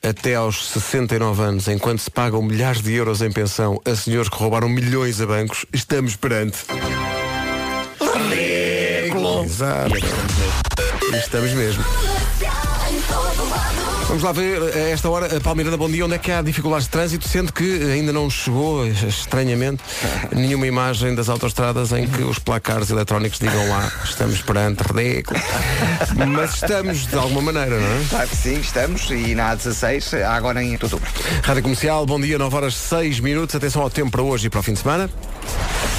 B: até aos 69 anos, enquanto se pagam milhares de euros em pensão a senhores que roubaram milhões a bancos, estamos perante. Exato. Estamos mesmo. Vamos lá ver, a esta hora, a Palmeirada, bom dia, onde é que há dificuldades de trânsito, sendo que ainda não chegou, estranhamente, nenhuma imagem das autostradas em que os placares eletrónicos digam lá, estamos perante ridículo. Mas estamos, de alguma maneira, não é?
F: Claro que sim, estamos e na A16, agora em outubro.
B: Rádio Comercial, bom dia, 9 horas 6 minutos, atenção ao tempo para hoje e para o fim de semana.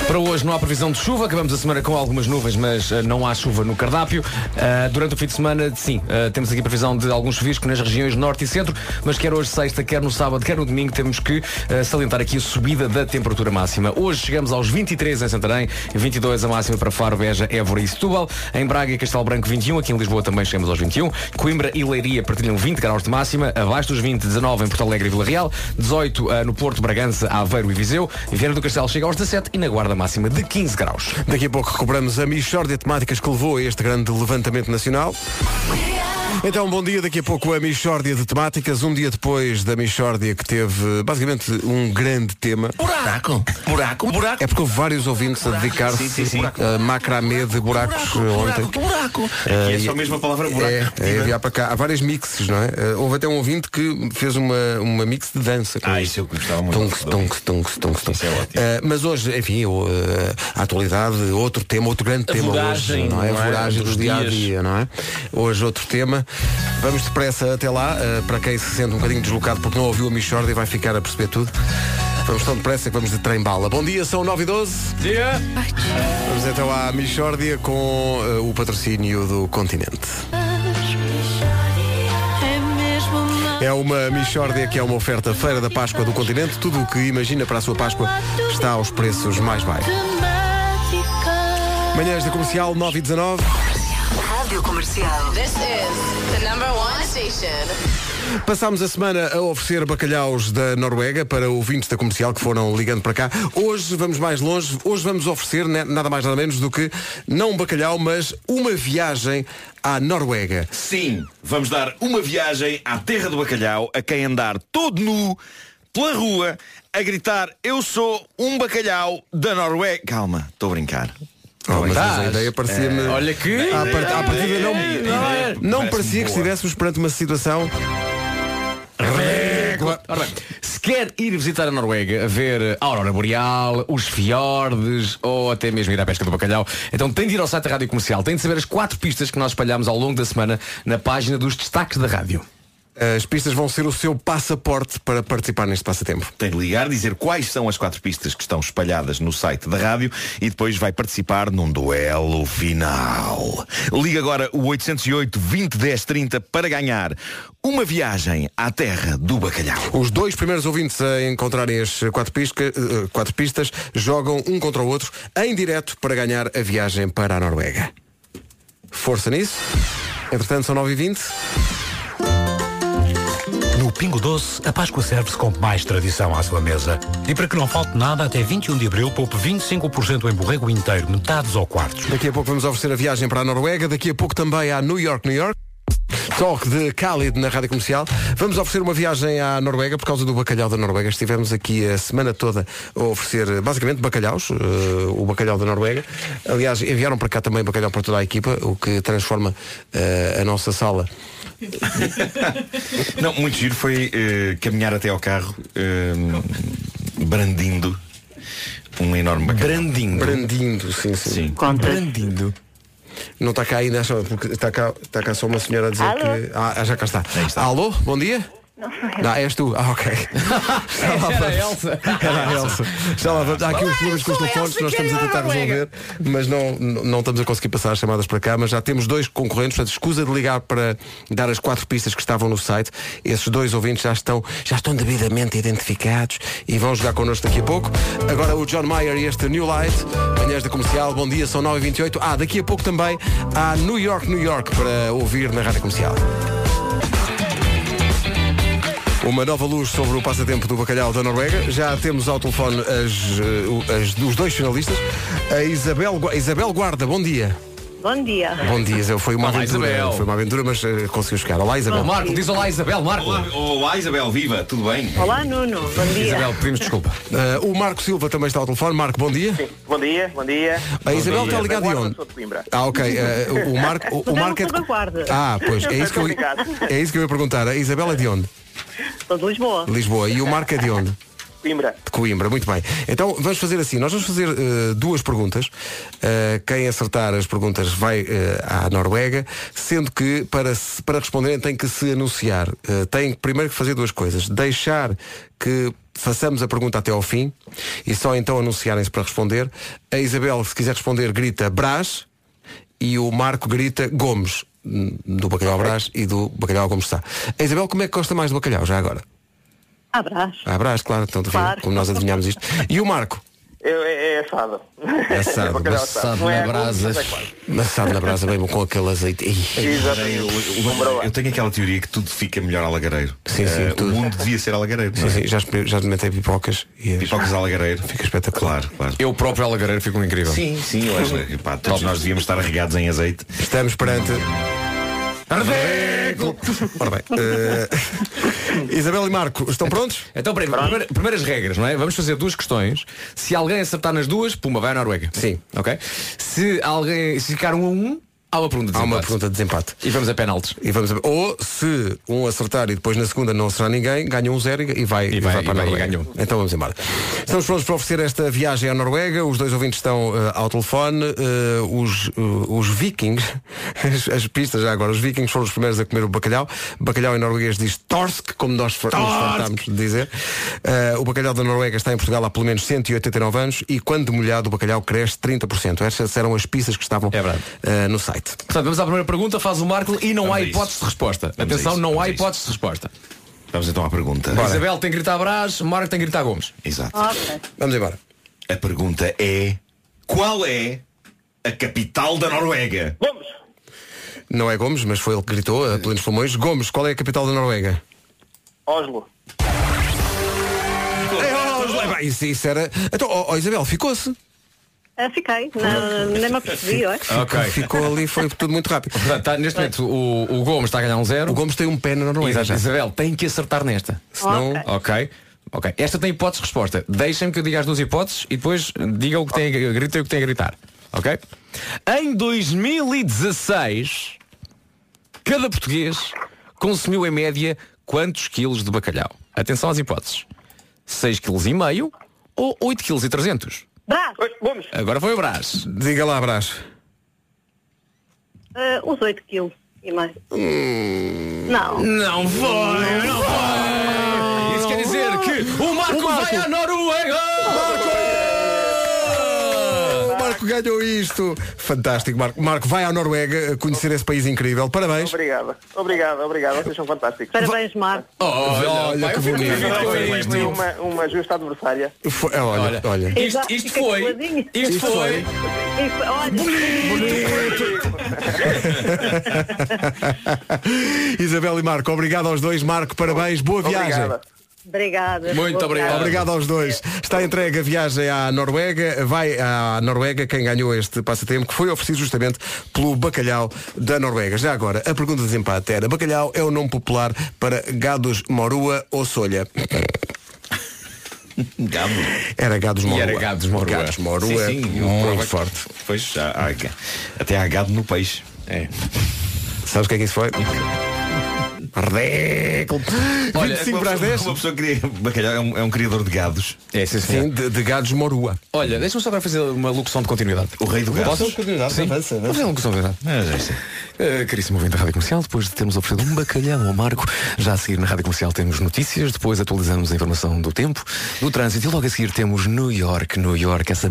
G: Para hoje não há previsão de chuva, acabamos a semana com algumas nuvens, mas eh, não há chuva no cardápio. Ah, durante o fim de semana, sim, ah, temos aqui previsão de alguns chuviscos nas regiões norte e centro, mas quer hoje sexta, quer no sábado, quer no domingo, temos que ah, salientar aqui a subida da temperatura máxima. Hoje chegamos aos 23 em Santarém, 22 a máxima para Faro, Beja, Évora e Setúbal. Em Braga e Castelo Branco, 21. Aqui em Lisboa também chegamos aos 21. Coimbra e Leiria partilham 20 graus de máxima. Abaixo dos 20, 19 em Porto Alegre e Vila Real. 18 ah, no Porto, Bragança, Aveiro e Viseu. Viana do Castelo chega aos 17 e na Guarda máxima de 15 graus.
B: Daqui a pouco recuperamos a Michórdia de temáticas que levou a este grande levantamento nacional. Então, bom dia. Daqui a pouco a Michórdia de temáticas. Um dia depois da Michórdia que teve, basicamente, um grande tema.
M: Buraco. Buraco. Buraco.
B: É porque houve vários ouvintes a
D: Sim,
B: dedicar-se
D: sim, sim.
B: a macramê de buracos eh, ontem.
M: buraco.
D: Aqui é
B: Eh,
D: só mesmo a palavra buraco.
B: É, é
D: repetida.
B: enviar para cá. Há várias mixes, não é? Eh, Houve até um ouvinte que fez uma, uma mix de dança. Ah, isso
D: eu gostava
B: muito. Tonks,
D: então,
B: tonks, tonks, tonks, tonks. Eh, mas hoje, enfim, eu, eh, a atualidade, outro tema, outro grande
M: A
B: tema
M: voragem,
B: hoje, não é?
M: não
B: A
M: é?
B: voragem
M: Dos
B: do dia a
M: dias.
B: dia, não é? Hoje outro tema. Vamos depressa até lá, eh, para quem se sente um bocadinho deslocado porque não ouviu a Michorda e vai ficar a perceber tudo. Vamos tão depressa que vamos de trem-bala. Bom dia, são 9 e 12.
G: Dia.
B: Vamos então à Michórdia com eh, o patrocínio do continente.
J: É mesmo uma
B: É uma Michórdia que é uma oferta Feira da Páscoa do Continente. Tudo o que imagina para a sua Páscoa está aos preços mais baixos.
J: temática.
B: Manhãs da Comercial 9 e 19.
S: Rádio Comercial.
P: This is the number one station.
B: Passámos a semana a oferecer bacalhaus da Noruega para ouvintes da comercial que foram ligando para cá. Hoje vamos mais longe, hoje vamos oferecer né, nada mais nada menos do que não um bacalhau, mas uma viagem à Noruega.
D: Sim, vamos dar uma viagem à terra do bacalhau a quem andar todo nu pela rua a gritar eu sou um bacalhau da Noruega. Calma, estou a brincar.
B: Oh, mas a ideia parecia-me.
D: Eh,
G: tá. É, Olha que. É,
B: À, part... à partida não,
D: Ei, ei, ei,
B: não
D: parece-me
B: parecia que
D: boa.
B: estivéssemos perante uma situação.
G: Ora bem, se quer ir visitar a Noruega, ver a aurora boreal, os fiordes ou até mesmo ir à pesca do bacalhau, então tem de ir ao site da Rádio Comercial. Tem de saber as quatro pistas que nós espalhámos ao longo da semana na página dos destaques da rádio. É.
B: As pistas vão ser o seu passaporte para participar neste passatempo.
D: Tem de ligar, dizer quais são as quatro pistas que estão espalhadas no site da rádio e depois vai participar num duelo final. Liga agora o 808 20 10 30 para ganhar uma viagem à terra do bacalhau.
B: Os dois primeiros ouvintes a encontrarem as quatro, pisca- eh, quatro pistas jogam um contra o outro em direto para ganhar a viagem para a Noruega. Força nisso. Entretanto, são 9h20.
R: No Pingo Doce, a Páscoa serve-se com mais tradição à sua mesa. E para que não falte nada, até 21 de abril poupe 25% em borrego inteiro, metades ou quartos.
B: Daqui a pouco vamos oferecer a viagem para a Noruega. Daqui a pouco também há New York, New York. Talk de Khalid na Rádio Comercial. Vamos oferecer uma viagem à Noruega por causa do bacalhau da Noruega. Estivemos aqui a semana toda a oferecer basicamente bacalhaus, eh, o bacalhau da Noruega. Aliás, enviaram para cá também bacalhau para toda a equipa, o que transforma eh, a nossa sala.
D: Não, muito giro foi eh, caminhar até ao carro eh, brandindo um enorme bacalhau.
B: Brandindo. Brandindo, sim, sim.
D: Conta.
B: Brandindo. Não está cá ainda, acho, porque está cá, está cá só uma senhora a dizer
T: Alô?
B: que. Ah, já cá está. Alô, bom dia?
T: Não sou eu.
B: Não, és tu. Ah, ok. Já lá
T: Era a
B: vamos.
T: Elsa.
B: Era a Elsa. Já lá vamos. Há aqui uns problemas com os telefones que nós estamos a tentar resolver, mas não, não não estamos a conseguir passar as chamadas para cá, mas já temos dois concorrentes, portanto, escusa de ligar para dar as quatro pistas que estavam no site. Esses dois ouvintes já estão, já estão devidamente identificados e vão jogar connosco daqui a pouco. Agora o John Mayer e este New Light, manhãs da comercial, bom dia, são 9h28. Ah, daqui a pouco também há New York, New York para ouvir na rádio comercial. Uma nova luz sobre o passatempo do bacalhau da Noruega. Já temos ao telefone as, eh, o- as- os dois finalistas. A Isabel, Gua- Isabel Guarda, bom dia.
K: Bom dia.
B: Bom dia, Isabel. Foi uma
G: Olá,
B: aventura.
G: Isabel.
B: Foi uma aventura, mas eh, conseguiu chegar. Olá, Isabel.
G: Marco, diz olá Isabel, Marco.
D: Olá, olá, Isabel, viva, tudo bem?
K: Olá, Nuno. Bom dia.
B: pedimos desculpa. Eh, o Marco Silva também está ao telefone. Marco, bom dia.
U: Bom dia, bom dia.
B: A Isabel está ligada de
U: Guarda,
B: onde?
U: sou de Coimbra.
B: Ah, ok. eh, o- o Marco, o, o Marco é de...
U: Sou da Guarda.
B: Ah, pois, é isso, que eu, é isso que eu ia perguntar. A Isabel é de onde?
U: Sou de Lisboa.
B: Lisboa. E o Marco é de onde?
U: Coimbra.
B: De Coimbra, muito bem. Então vamos fazer assim, nós vamos fazer eh, duas perguntas. Eh, quem acertar as perguntas vai eh, à Noruega, sendo que para, se- para responderem tem que se anunciar. Eh, tem primeiro que fazer duas coisas. Deixar que façamos a pergunta até ao fim e só então anunciarem-se para responder. A Isabel, se quiser responder, grita Brás e o Marco grita Gomes, hum, do Bacalhau Brás e do Bacalhau Gomes está. A Isabel, como é que gosta mais do bacalhau já agora?
U: Abraço.
B: Ah, Brás, claro, então,
U: Claro.
B: como nós adivinhámos isto. E o Marco?
U: Eu, é, é assado.
B: Assado,
U: Bacalhau
B: assado
U: Não é
B: na
U: a couve,
B: brasa.
U: mas é quase. É
B: Assado na brasa bem bom com aquele azeite. Ih.
D: Eu, eu- eu tenho aquela teoria que tudo fica melhor a lagareiro.
B: Sim, sim,
D: Eh,
B: tudo.
D: O mundo devia ser a lagareiro.
B: Sim, sim, já, experi- já experimentei pipocas. E é,
D: Pipocas a lagareiro.
B: Fica espetacular.
D: Claro, claro.
G: Eu próprio alagareiro fico incrível.
D: Sim, sim, eu acho. que, pá, todos nós devíamos estar regados em azeite.
B: Estamos perante.
G: Ardego!
B: Ora bem, eh, Isabel e Marco, estão prontos?
G: Então, peraí, primeira- primeiras regras, não é? Vamos fazer duas questões. Se alguém acertar nas duas, puma, vai à Noruega. Sim. Ok? Se alguém se ficar um a um, há uma pergunta de
B: Há
G: desempate.
B: uma pergunta de desempate.
G: E vamos a penaltis.
B: E vamos a- Ou se um acertar e depois na segunda não será ninguém, ganha um zero e e vai, e vai,
G: e vai,
B: a
G: e
B: Noruega.
G: ganhou.
B: Então vamos embora. Estamos prontos para oferecer esta viagem à Noruega. Os dois ouvintes estão eh, ao telefone. Eh, os, eh, os vikings, as, as pistas já agora, os vikings foram os primeiros a comer o bacalhau. Bacalhau em norueguês diz torsk, como nós fa- nos
T: Torsk!
B: fartámos de dizer. Eh, o bacalhau da Noruega está em Portugal há pelo menos 189 anos e quando molhado o bacalhau cresce 30%. Estas eram as pistas que estavam eh, no site.
G: Portanto, vamos à primeira pergunta, faz o Marco e não há
B: a
G: hipótese de resposta.
B: Vamos a
G: Atenção,
B: isso,
G: não há hipótese de resposta.
D: Vamos então à pergunta.
G: Isabel tem que gritar Brás, Marco tem que gritar Gomes.
D: Exato.
T: Ok.
B: Vamos embora.
D: A pergunta é: qual é a capital da Noruega?
B: Não é Gomes, mas foi ele que gritou, a plenos pulmões. Gomes, qual é a capital da Noruega?
U: Oslo.
B: É Oslo. É, pá, Isso, isso era. Então, ó, ó, Isabel, ficou-se.
K: Ah, fiquei. Não, nem me apercebi, olha.
B: Ficou- Ficou ali, foi tudo muito rápido.
G: Portanto, tá- neste momento o, o Gomes está a ganhar um zero. O
B: Gomes tem um pé na Noruega. já.
G: é Isabel, tem que acertar nesta.
B: Senão-
G: Ok. Ok. Esta tem hipótese de resposta. Deixem-me que eu diga as duas hipóteses e depois digam o que tem a, gritem o que tem a gritar. Ok? Em 2016, cada português consumiu em média quantos quilos de bacalhau? Atenção às hipóteses. 6,5 kg ou 8,3 kg?
K: Brás,
G: Agora foi o Brás.
B: Diga lá, Brás.
K: ah, uns 8 quilos e mais.
F: Hum.
K: Não.
G: Não foi, não foi. Isso quer dizer que o Marco,
T: O Marco.
G: vai à Noruega!
B: O Marco ganhou isto. Fantástico, Marco. Marco, vai à Noruega conhecer esse país incrível. Parabéns.
U: Obrigado, obrigado, obrigado. Vocês são fantásticos.
K: Parabéns, Marco.
U: Oh,
B: Olha, olha que bonito.
U: Foi uma, uma justa adversária.
B: Foi- é, olha, olha.
K: Isto, foi.
U: isto foi.
K: olha.
B: Isabel e Marco, obrigado aos dois. Marco, parabéns. Boa viagem.
U: Obrigada.
K: Obrigada.
B: Obrigado aos dois. Está entregue a viagem à Noruega. Vai à Noruega quem ganhou este passatempo, que foi oferecido justamente pelo bacalhau da Noruega. Já agora, a pergunta de desempate era: bacalhau é o nome popular para gados morua ou solha?
D: Gado.
B: Era gados morua.
D: E era gados morua.
B: Gados morua.
D: Sim, um sim,
B: muito
D: prova-
B: forte.
D: Pois, há- há- até há gado no peixe. É.
B: Sabes o que é que isso foi? Ridículo.
D: Olha,
B: 25
D: uma
B: para as
D: pessoa-
B: 10.
D: Uma pessoa cria bacalhau é um, é um criador de gados.
G: É, sim, senhor.
B: Sim, de, de gados morua.
G: Olha, deixa-me só agora fazer uma locução de continuidade. O
D: rei do gado.
G: Posso?
D: Locução de continuidade,
G: Sim.
D: avança, avança.
G: Vou fazer uma locução de
D: continuidade.
G: Uh, caríssimo ouvinte da Rádio Comercial, depois de termos oferecido um bacalhau ao Marco, já a seguir na Rádio Comercial temos notícias, depois atualizamos a informação do tempo, do trânsito e logo a seguir temos New York, New York, essa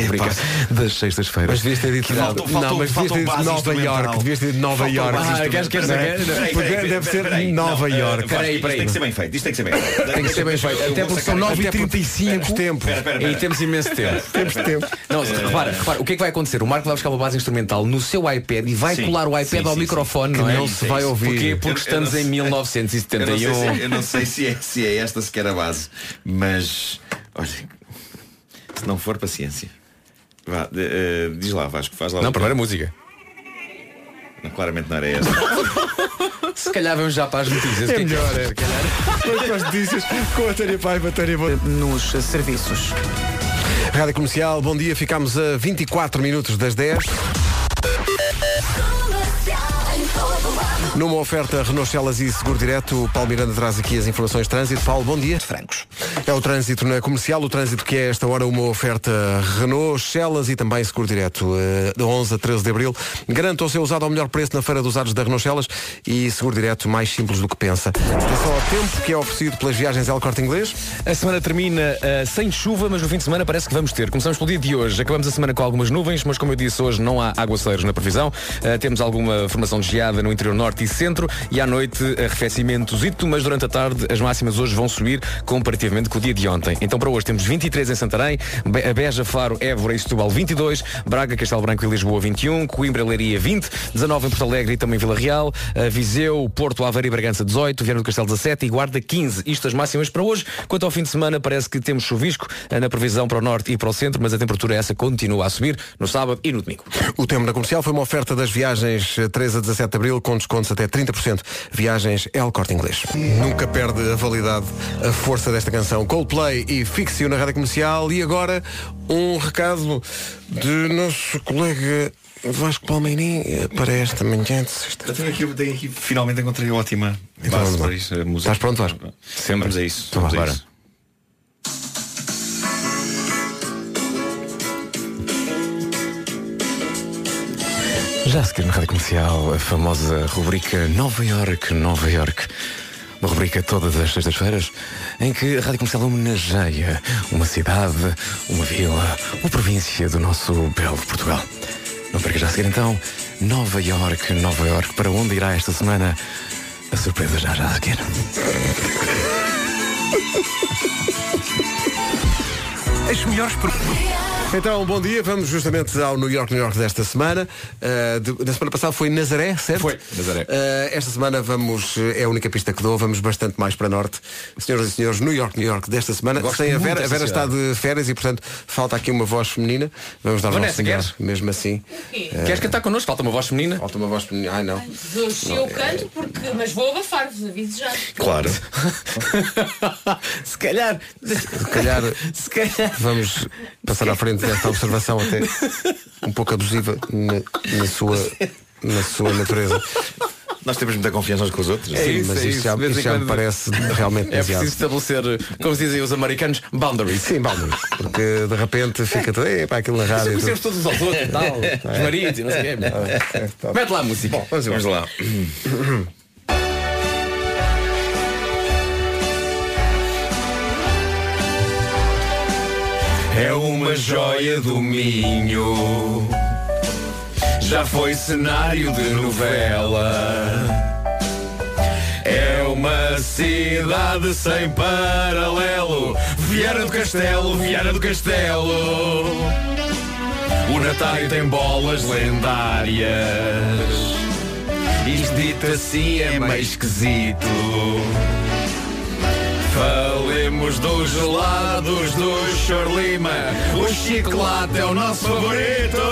B: Epá.
G: rubrica das sextas-feiras.
B: Mas devias ter dito
G: Faltou-
B: não,
D: um-
G: faltou-
B: mas devias
G: faltou
B: ter dito
G: base
B: Nova
G: instrumental.
B: York. Devias ter dito Nova
G: Faltou
B: York.
G: base Ah, queres- queres-
B: Não é?
G: queres- peraí,
B: Porque
G: peraí,
B: deve ser
G: peraí, não,
B: Nova
G: eh,
B: York.
G: peraí, peraí.
D: Isto tem que ser bem feito. Isto tem que ser bem feito.
G: Tem que ser bem feito. Até porque são 9h35
B: tempo.
G: e temos imenso tempo.
B: Temos tempo.
G: Não, repara, repara, o que é que vai acontecer? O Marco vai buscar uma base instrumental no seu iPad e vai
D: Sim.
G: colar o iPad
D: Sim,
G: ao
D: sim,
G: microfone,
B: sim.
G: não
B: Que
G: é?
B: não se vai ouvir.
G: Porquê?
D: Eu-
G: Porque
D: eu
G: estamos
D: não
G: em
D: sei- Eu não sei
G: 1971.
D: se- Eu não sei se é, se é esta sequer a base, mas olha, se não for paciência. Vá, de- eh, diz lá, Vasco, faz lá.
G: Não,
D: o-
G: primeiro a música.
D: Não, claramente não era esta.
G: Se calhar vamos já para as notícias.
B: É
G: O que
B: melhor,
G: achas?
B: é. Depois com as notícias, com a Tânia Paiva, Tânia Boa.
A: Nos serviços.
B: Rádio Comercial, bom dia. Ficámos a 24 minutos das 10. Numa oferta Renault Celas e Seguro Direto, o Paulo Miranda traz aqui as informações de trânsito. Paulo, bom dia. Francos. É o trânsito na comercial, o trânsito que é esta hora uma oferta Renault Celas e também Seguro Direto, eh, de 11 a 13 de abril. Garanta o seu usado ao melhor preço na feira dos usados da Renault Celas e Seguro Direto mais simples do que pensa. Atenção ao tempo que é oferecido pelas viagens El Corte Inglês.
G: A semana termina eh, sem chuva, mas no fim de semana parece que vamos ter. Começamos pelo dia de hoje. Acabamos a semana com algumas nuvens, mas como eu disse, hoje não há aguaceiros na previsão. Eh, temos alguma formação de geada no interior norte e centro e à noite arrefecimentos e mas durante a tarde as máximas hoje vão subir comparativamente com o dia de ontem. Então para hoje temos 23 em Santarém, Be- eh, Beja, Faro, Évora e Setúbal 22, Braga, Castelo Branco e Lisboa 21, Coimbra, Leiria 20, 19 em Porto Alegre e também Vila Real, eh, Viseu, Porto, Aveiro e Bragança 18, Viana do Castelo 17 e Guarda 15. Isto as máximas para hoje. Quanto ao fim de semana, parece que temos chuvisco eh, na previsão para o norte e para o centro, mas a temperatura essa continua a subir no sábado e no domingo.
B: O tema da comercial foi uma oferta das viagens eh, 13 a 17 de abril, com descontos até 30%. Viagens El Corte Inglês. Nunca perde a validade, a força desta canção. Coldplay e Fixio na rádio comercial. E agora, um recado de nosso colega Vasco Palmeirim eh, para esta manhã de sexta.
D: Eu tenho aqui, tenho aqui- finalmente encontrei ótima
B: Então
D: base
B: vamos lá.
D: para isso. a música.
B: Estás pronto, Vasco?
D: Sempre. Vamos a isso.
B: Então
D: vamos
B: vá,
D: a
B: bora.
D: isso.
G: Já a seguir na Rádio Comercial, a famosa rubrica Nova York, Nova York. Uma rubrica todas as sextas-feiras em que a Rádio Comercial homenageia uma cidade, uma vila, uma província do nosso belo Portugal. Não perca já a seguir então, Nova York, Nova York, para onde irá esta semana? A surpresa já já a seguir.
B: As melhores Então, bom dia. Vamos justamente ao New York, New York desta semana. Uh, de- da semana passada foi Nazaré, certo? Foi,
G: Nazaré.
B: esta semana vamos, eh, é a única pista que dou, vamos bastante mais para norte. Senhoras e senhores, New York, New York desta semana.
G: Gosto
B: Sem a
G: muito
B: Vera, a
G: dessa
B: Vera está de férias e, portanto, falta aqui uma voz feminina. Vamos dar o
G: Vanessa,
B: nosso melhor,
G: queres?
B: mesmo assim.
T: quê?
G: Queres cantar connosco? Falta uma voz feminina?
B: Falta uma voz feminina. Ai, não.
T: Hoje eu canto porque. Mas vou abafar-vos, aviso já.
B: Claro.
G: Se calhar. Se
B: calhar.
G: Se calhar.
B: Vamos passar à frente desta observação até um pouco abusiva na, na sua, na sua natureza.
D: Nós temos muita confiança uns com os outros.
G: É
B: Sim,
G: isso,
B: mas
G: é
B: isto
G: isso.
B: já-
G: De vez
B: isto
G: em
B: já me
G: quando-
B: parece realmente
G: É
B: demasiado.
G: preciso estabelecer, como dizem os americanos, boundaries.
B: Sim, boundaries. Porque de repente fica tudo, epá, aquilo na rádio. e
G: Conhecemos
B: tudo."
G: todos os aos outros, tal, os maridos e não sei o quê. Mete lá a música.
B: Bom, vamos,
D: lá.
G: É uma joia do Minho. Já foi cenário de novela. É uma cidade sem paralelo. Vieira do Castelo, Vieira do Castelo. O Natário tem bolas lendárias. Isto dito assim é meio esquisito. Fa- Gostamos dos gelados do Chorlima. O chocolate é o nosso favorito.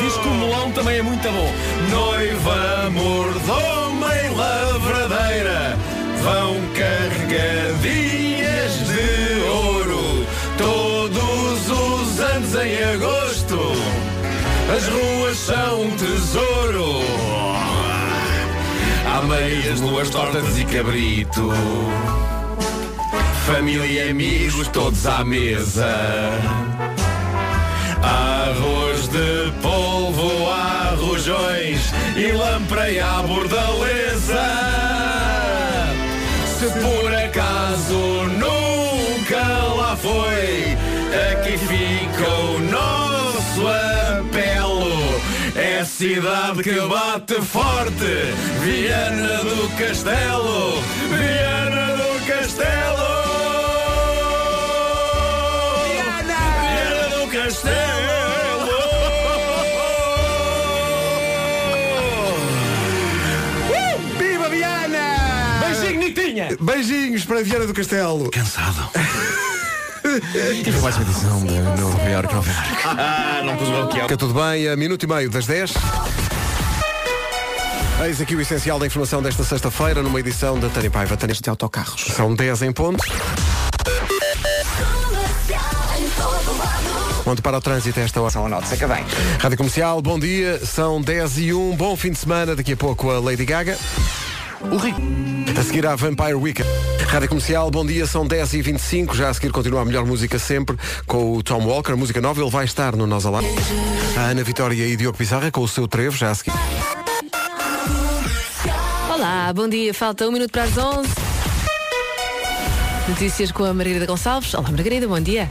G: Diz que o melão também é muito bom. Noiva, mordoma e lavradeira vão carregadinhas de ouro. Todos os anos em agosto. As ruas são um tesouro. Há meias, luas tortas e cabrito. Família e amigos todos à mesa. Arroz de polvo a rojões e lamprei à bordaleza. Se por acaso nunca lá foi, aqui fica o nosso apelo. É cidade que bate forte, Viana do Castelo, Viana do Castelo. Viana! do Castelo!
B: Uh! Viva Viana! Beijinho, Nitinha! Beijinhos para Viana do Castelo. Cansado.
G: Tive mais uma edição de Nova Iorque, Nova Iorque.
B: Ah, não pus o Fica tudo bem, a minuto e meio das 10. Eis aqui o essencial da informação desta sexta-feira, numa edição da Tânia Paiva. Tânia de autocarros. São 10 em ponto. Onde para o trânsito a esta hora? São a nota, seca bem. Rádio Comercial, bom dia, são 10 e 1, bom fim de semana, daqui a pouco a Lady Gaga. O Rico. A seguir à Vampire Weekend. Rádio Comercial, bom dia, são 10 e 25 já a seguir continua a melhor música sempre com o Tom Walker, a música nova, ele vai estar no Nós Alá. A Ana Vitória e Diogo Pizarra com o seu trevo, já a seguir.
V: Olá, bom dia. Falta um minuto para as 11. Notícias com a Margarida Gonçalves. Olá, Margarida, bom dia.